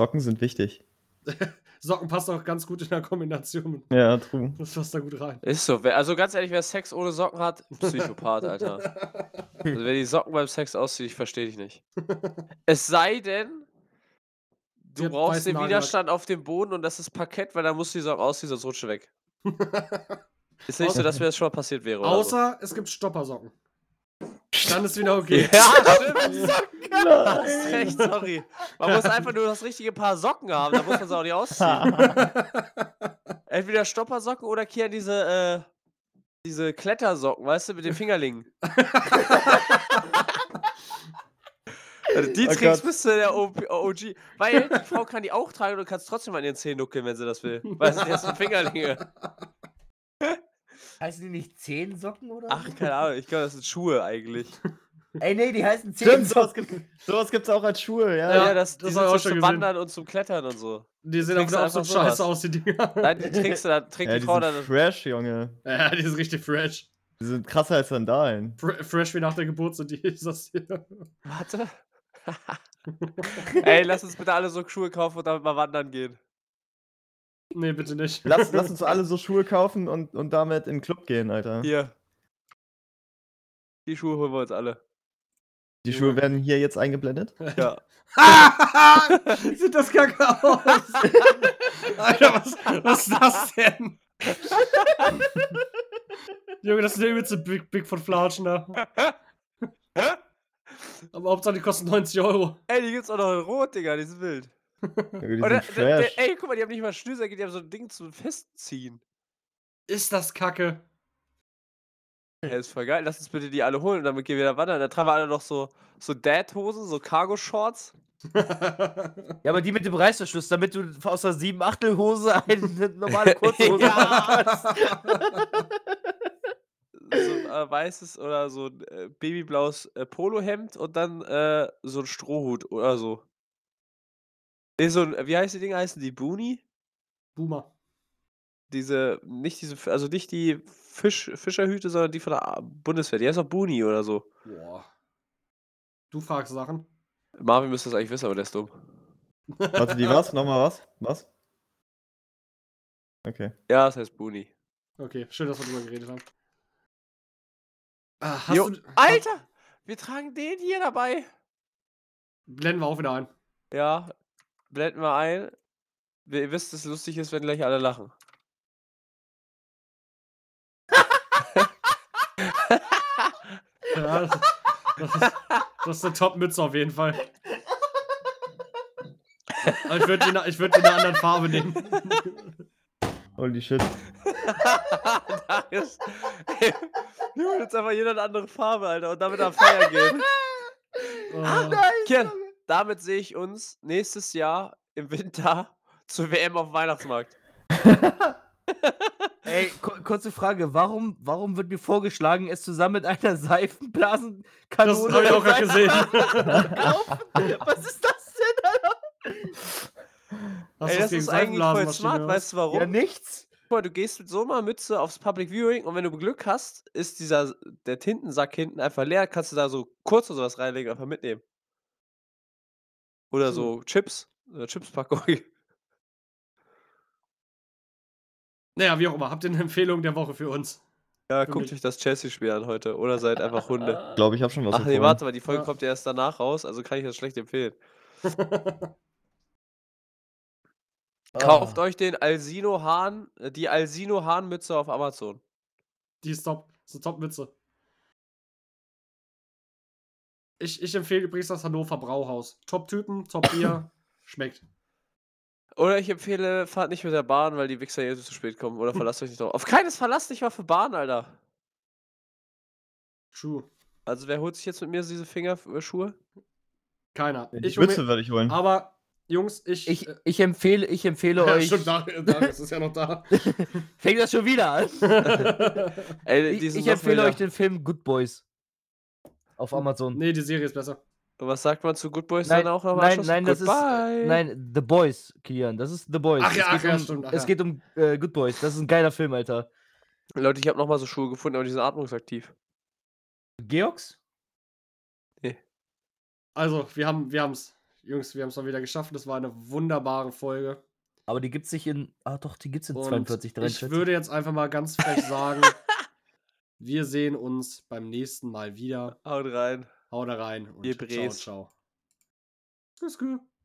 Speaker 3: Socken sind wichtig.
Speaker 1: Socken passt auch ganz gut in der Kombination. mit-
Speaker 3: Ja, true.
Speaker 1: Das passt da gut rein.
Speaker 2: Ist so. Wer- Also ganz ehrlich, wer Sex ohne Socken hat, Psychopath, Alter. Also wer die Socken beim Sex auszieht, ich verstehe dich nicht. Es sei denn, du
Speaker 1: Die hat
Speaker 2: brauchst
Speaker 1: weißen
Speaker 2: den
Speaker 1: Nagellack.
Speaker 2: Widerstand auf dem Boden und das ist Parkett, weil dann musst du die Socken ausziehen, sonst rutsche weg. Ist nicht so, dass mir das schon mal passiert wäre. oder so.
Speaker 1: Außer es gibt Stoppersocken. Dann ist wieder okay.
Speaker 2: Ja, stimmt.
Speaker 3: Nein.
Speaker 2: Hast recht, sorry. Man muss einfach nur das richtige Paar Socken haben, da muss man sie auch nicht ausziehen. Entweder Stoppersocken oder Kian diese, äh, diese Klettersocken, weißt du, mit den Fingerlingen. also die
Speaker 3: Oh
Speaker 2: Tricks
Speaker 3: Gott.
Speaker 2: bist du der OP OG. Weil die Frau kann die auch tragen und du kannst trotzdem an ihren Zehen nuckeln, wenn sie das will. Weißt du, die hast so Fingerlinge.
Speaker 4: heißen die nicht zehn Socken oder?
Speaker 2: Ach, keine Ahnung, ich glaube, das sind Schuhe eigentlich.
Speaker 4: Ey, nee, die heißen
Speaker 3: Stimmt, sowas gibt sowas gibt's auch als Schuhe, ja.
Speaker 2: Ja,
Speaker 1: Ja,
Speaker 2: das, die
Speaker 1: das
Speaker 2: sind
Speaker 1: hab ich
Speaker 2: so
Speaker 1: auch schon
Speaker 2: zum
Speaker 1: gesehen.
Speaker 2: Wandern und zum Klettern und so.
Speaker 1: Die sehen auch
Speaker 2: Kriegst du
Speaker 1: wieder absolut
Speaker 2: einfach sowas.
Speaker 1: scheiße aus, die Dinger.
Speaker 2: Nein, die trägst du dann, trägt
Speaker 3: ja
Speaker 2: die
Speaker 3: die
Speaker 2: Frau
Speaker 3: sind
Speaker 2: dann.
Speaker 3: fresh, Junge.
Speaker 1: Ja, die sind richtig fresh.
Speaker 3: Die sind krasser als Sandalen.
Speaker 1: Fre- Fresh wie nach der Geburt sind die. Ist das hier.
Speaker 2: Warte. Ey, lass uns bitte alle so Schuhe kaufen und damit mal wandern gehen.
Speaker 1: Nee, bitte nicht.
Speaker 3: Lass, lass uns alle so Schuhe kaufen und, und damit in den Club gehen, Alter.
Speaker 2: Hier. Die Schuhe holen wir uns alle.
Speaker 3: Die Schuhe werden hier jetzt eingeblendet.
Speaker 2: Ja.
Speaker 1: sind das Kacke aus? Alter, was, was ist das denn? Junge, das ist der übelste Big, Big von Flauschen da. Aber Hauptsache, die kosten 90 Euro.
Speaker 2: Ey, die gibt's auch noch in Rot, Digga, die sind wild.
Speaker 3: Junge, die
Speaker 2: Oder,
Speaker 3: sind
Speaker 2: der-
Speaker 3: fresh.
Speaker 2: der- ey, guck mal, die haben nicht mal Schnürsenkel, die haben so ein Ding zum Festziehen.
Speaker 1: Ist das Kacke?
Speaker 2: Ey, ist voll geil. Lass uns bitte die alle holen und damit gehen wir da wandern. Dann tragen wir alle noch so, so Dad-Hosen, so Cargo-Shorts.
Speaker 4: Ja, aber die mit dem Reißverschluss, damit du aus der 7 Achtel Hose eine normale kurze Hose machen kannst.
Speaker 2: So ein äh, weißes oder so ein äh, babyblaues äh, Polohemd und dann äh, so ein Strohhut oder so. Nee, so ein, äh, wie heißt die Dinge? Heißen die Boonie?
Speaker 1: Boomer.
Speaker 2: diese, nicht diese, F- also nicht die Fisch, Fischerhüte, sondern die von der A- Bundeswehr. Die heißt auch Buni oder so.
Speaker 1: Boah. Du fragst Sachen.
Speaker 2: Marvin müsste das eigentlich wissen, aber der ist dumm.
Speaker 3: Warte, die was? Nochmal was? Was? Okay.
Speaker 2: Ja, es heißt Buni.
Speaker 1: Okay, schön, dass wir drüber geredet haben. Ah, hast
Speaker 2: Jo.
Speaker 1: du,
Speaker 2: Alter! Wir tragen den hier dabei.
Speaker 1: blenden wir auch wieder ein.
Speaker 2: Ja, blenden wir ein. Wir- Ihr wisst, dass es lustig ist, wenn gleich alle lachen.
Speaker 1: Ja, das, das, ist, das ist eine Top-Mütze auf jeden Fall. Aber ich würde die, in- ich würd die in einer anderen Farbe nehmen.
Speaker 3: Holy shit.
Speaker 2: Darius. Ey, Junge, jetzt einfach jeder eine andere Farbe, Alter. Und damit am Feiern gehen.
Speaker 1: Oh,
Speaker 2: Kian, damit sehe ich uns nächstes Jahr im Winter zur WM auf dem Weihnachtsmarkt.
Speaker 4: Ey, ku- kurze Frage, warum, warum wird mir vorgeschlagen, es zusammen mit einer
Speaker 1: das
Speaker 4: Seifenblasenkanone
Speaker 1: habe ich auch gerade
Speaker 4: Seifen-
Speaker 1: gesehen.
Speaker 4: Was ist das denn, Alter?
Speaker 1: Hast
Speaker 2: Ey,
Speaker 1: du's
Speaker 2: das
Speaker 1: gegen
Speaker 2: ist eigentlich voll
Speaker 1: Seifenblasenmaschine,
Speaker 2: smart,
Speaker 1: oder was?
Speaker 2: weißt du warum?
Speaker 4: Ja, nichts.
Speaker 2: Guck mal, du gehst mit so einer Mütze aufs Public Viewing und wenn du Glück hast, ist dieser der Tintensack hinten einfach leer, kannst du da so kurz oder sowas reinlegen, einfach mitnehmen. Oder so Chips, oder Chipspackung.
Speaker 1: Naja, wie auch immer. Habt ihr eine Empfehlung der Woche für uns?
Speaker 2: Ja,
Speaker 1: Für
Speaker 2: guckt
Speaker 1: mich.
Speaker 2: euch das Chelsea-Spiel an heute oder seid einfach Hunde.
Speaker 3: Ich glaube, ich habe schon was
Speaker 2: Ach nee,
Speaker 3: empfohlen.
Speaker 2: warte mal, die Folge
Speaker 1: Ja.
Speaker 2: kommt ja erst danach raus, also kann ich das schlecht empfehlen.
Speaker 4: Ah.
Speaker 2: Kauft euch den Alsino Hahn, äh, die Alsino Hahnmütze auf Amazon.
Speaker 1: Die ist top. Das ist eine Top-Mütze. Ich, ich empfehle übrigens das Hannover Brauhaus. Top-Typen, Top-Bier. Schmeckt.
Speaker 2: Oder ich empfehle, fahrt nicht mit der Bahn, weil die Wichser eh zu spät kommen. Oder verlasst euch nicht drauf. Auf keines verlasst dich mal für Bahn, Alter.
Speaker 1: True.
Speaker 2: Also wer holt sich jetzt mit mir diese äh, Fingerschuhe?
Speaker 1: Keiner.
Speaker 3: Die
Speaker 1: hol mir-
Speaker 3: Mütze würde ich holen.
Speaker 1: Aber, Jungs, ich.
Speaker 4: Ich,
Speaker 1: äh,
Speaker 4: ich empfehle, ich empfehle
Speaker 1: ja,
Speaker 4: euch.
Speaker 1: stimmt, Darius, Darius ist ja noch da.
Speaker 4: Fängt das schon wieder an?
Speaker 2: Ey,
Speaker 4: Ich,
Speaker 2: die sind
Speaker 4: ich
Speaker 2: noch
Speaker 4: empfehle
Speaker 2: wilder.
Speaker 4: euch den Film Good Boys. Auf Amazon.
Speaker 1: Hm. nee, die Serie ist besser.
Speaker 2: Und was sagt man zu Good Boys
Speaker 4: Nein,
Speaker 2: dann auch noch im
Speaker 4: nein,
Speaker 2: Anschluss?
Speaker 4: nein, das ist,
Speaker 2: Goodbye.
Speaker 4: äh, nein, The Boys, Kilian, das ist The Boys.
Speaker 1: Ach ja,
Speaker 4: es
Speaker 1: ach
Speaker 4: geht
Speaker 1: ja,
Speaker 4: um,
Speaker 1: stimmt, ach
Speaker 4: es
Speaker 1: ja.
Speaker 4: geht um äh, Good Boys, das ist ein geiler Film, Alter.
Speaker 2: Leute, ich habe nochmal so Schuhe gefunden, aber die sind atmungsaktiv.
Speaker 4: Georgs?
Speaker 1: Also, wir haben wir haben's. Jungs, wir haben es mal wieder geschafft. Das war eine wunderbare Folge.
Speaker 4: Aber die gibt's nicht in, ah doch, die gibt's in
Speaker 1: Und
Speaker 4: 42, 43.
Speaker 1: Ich würde jetzt einfach mal ganz frech sagen, wir sehen uns beim nächsten Mal wieder.
Speaker 2: Haut rein.
Speaker 1: Haut rein und
Speaker 2: Ihr
Speaker 1: ciao,
Speaker 2: Bres.
Speaker 1: ciao. Tschüss, tschüss.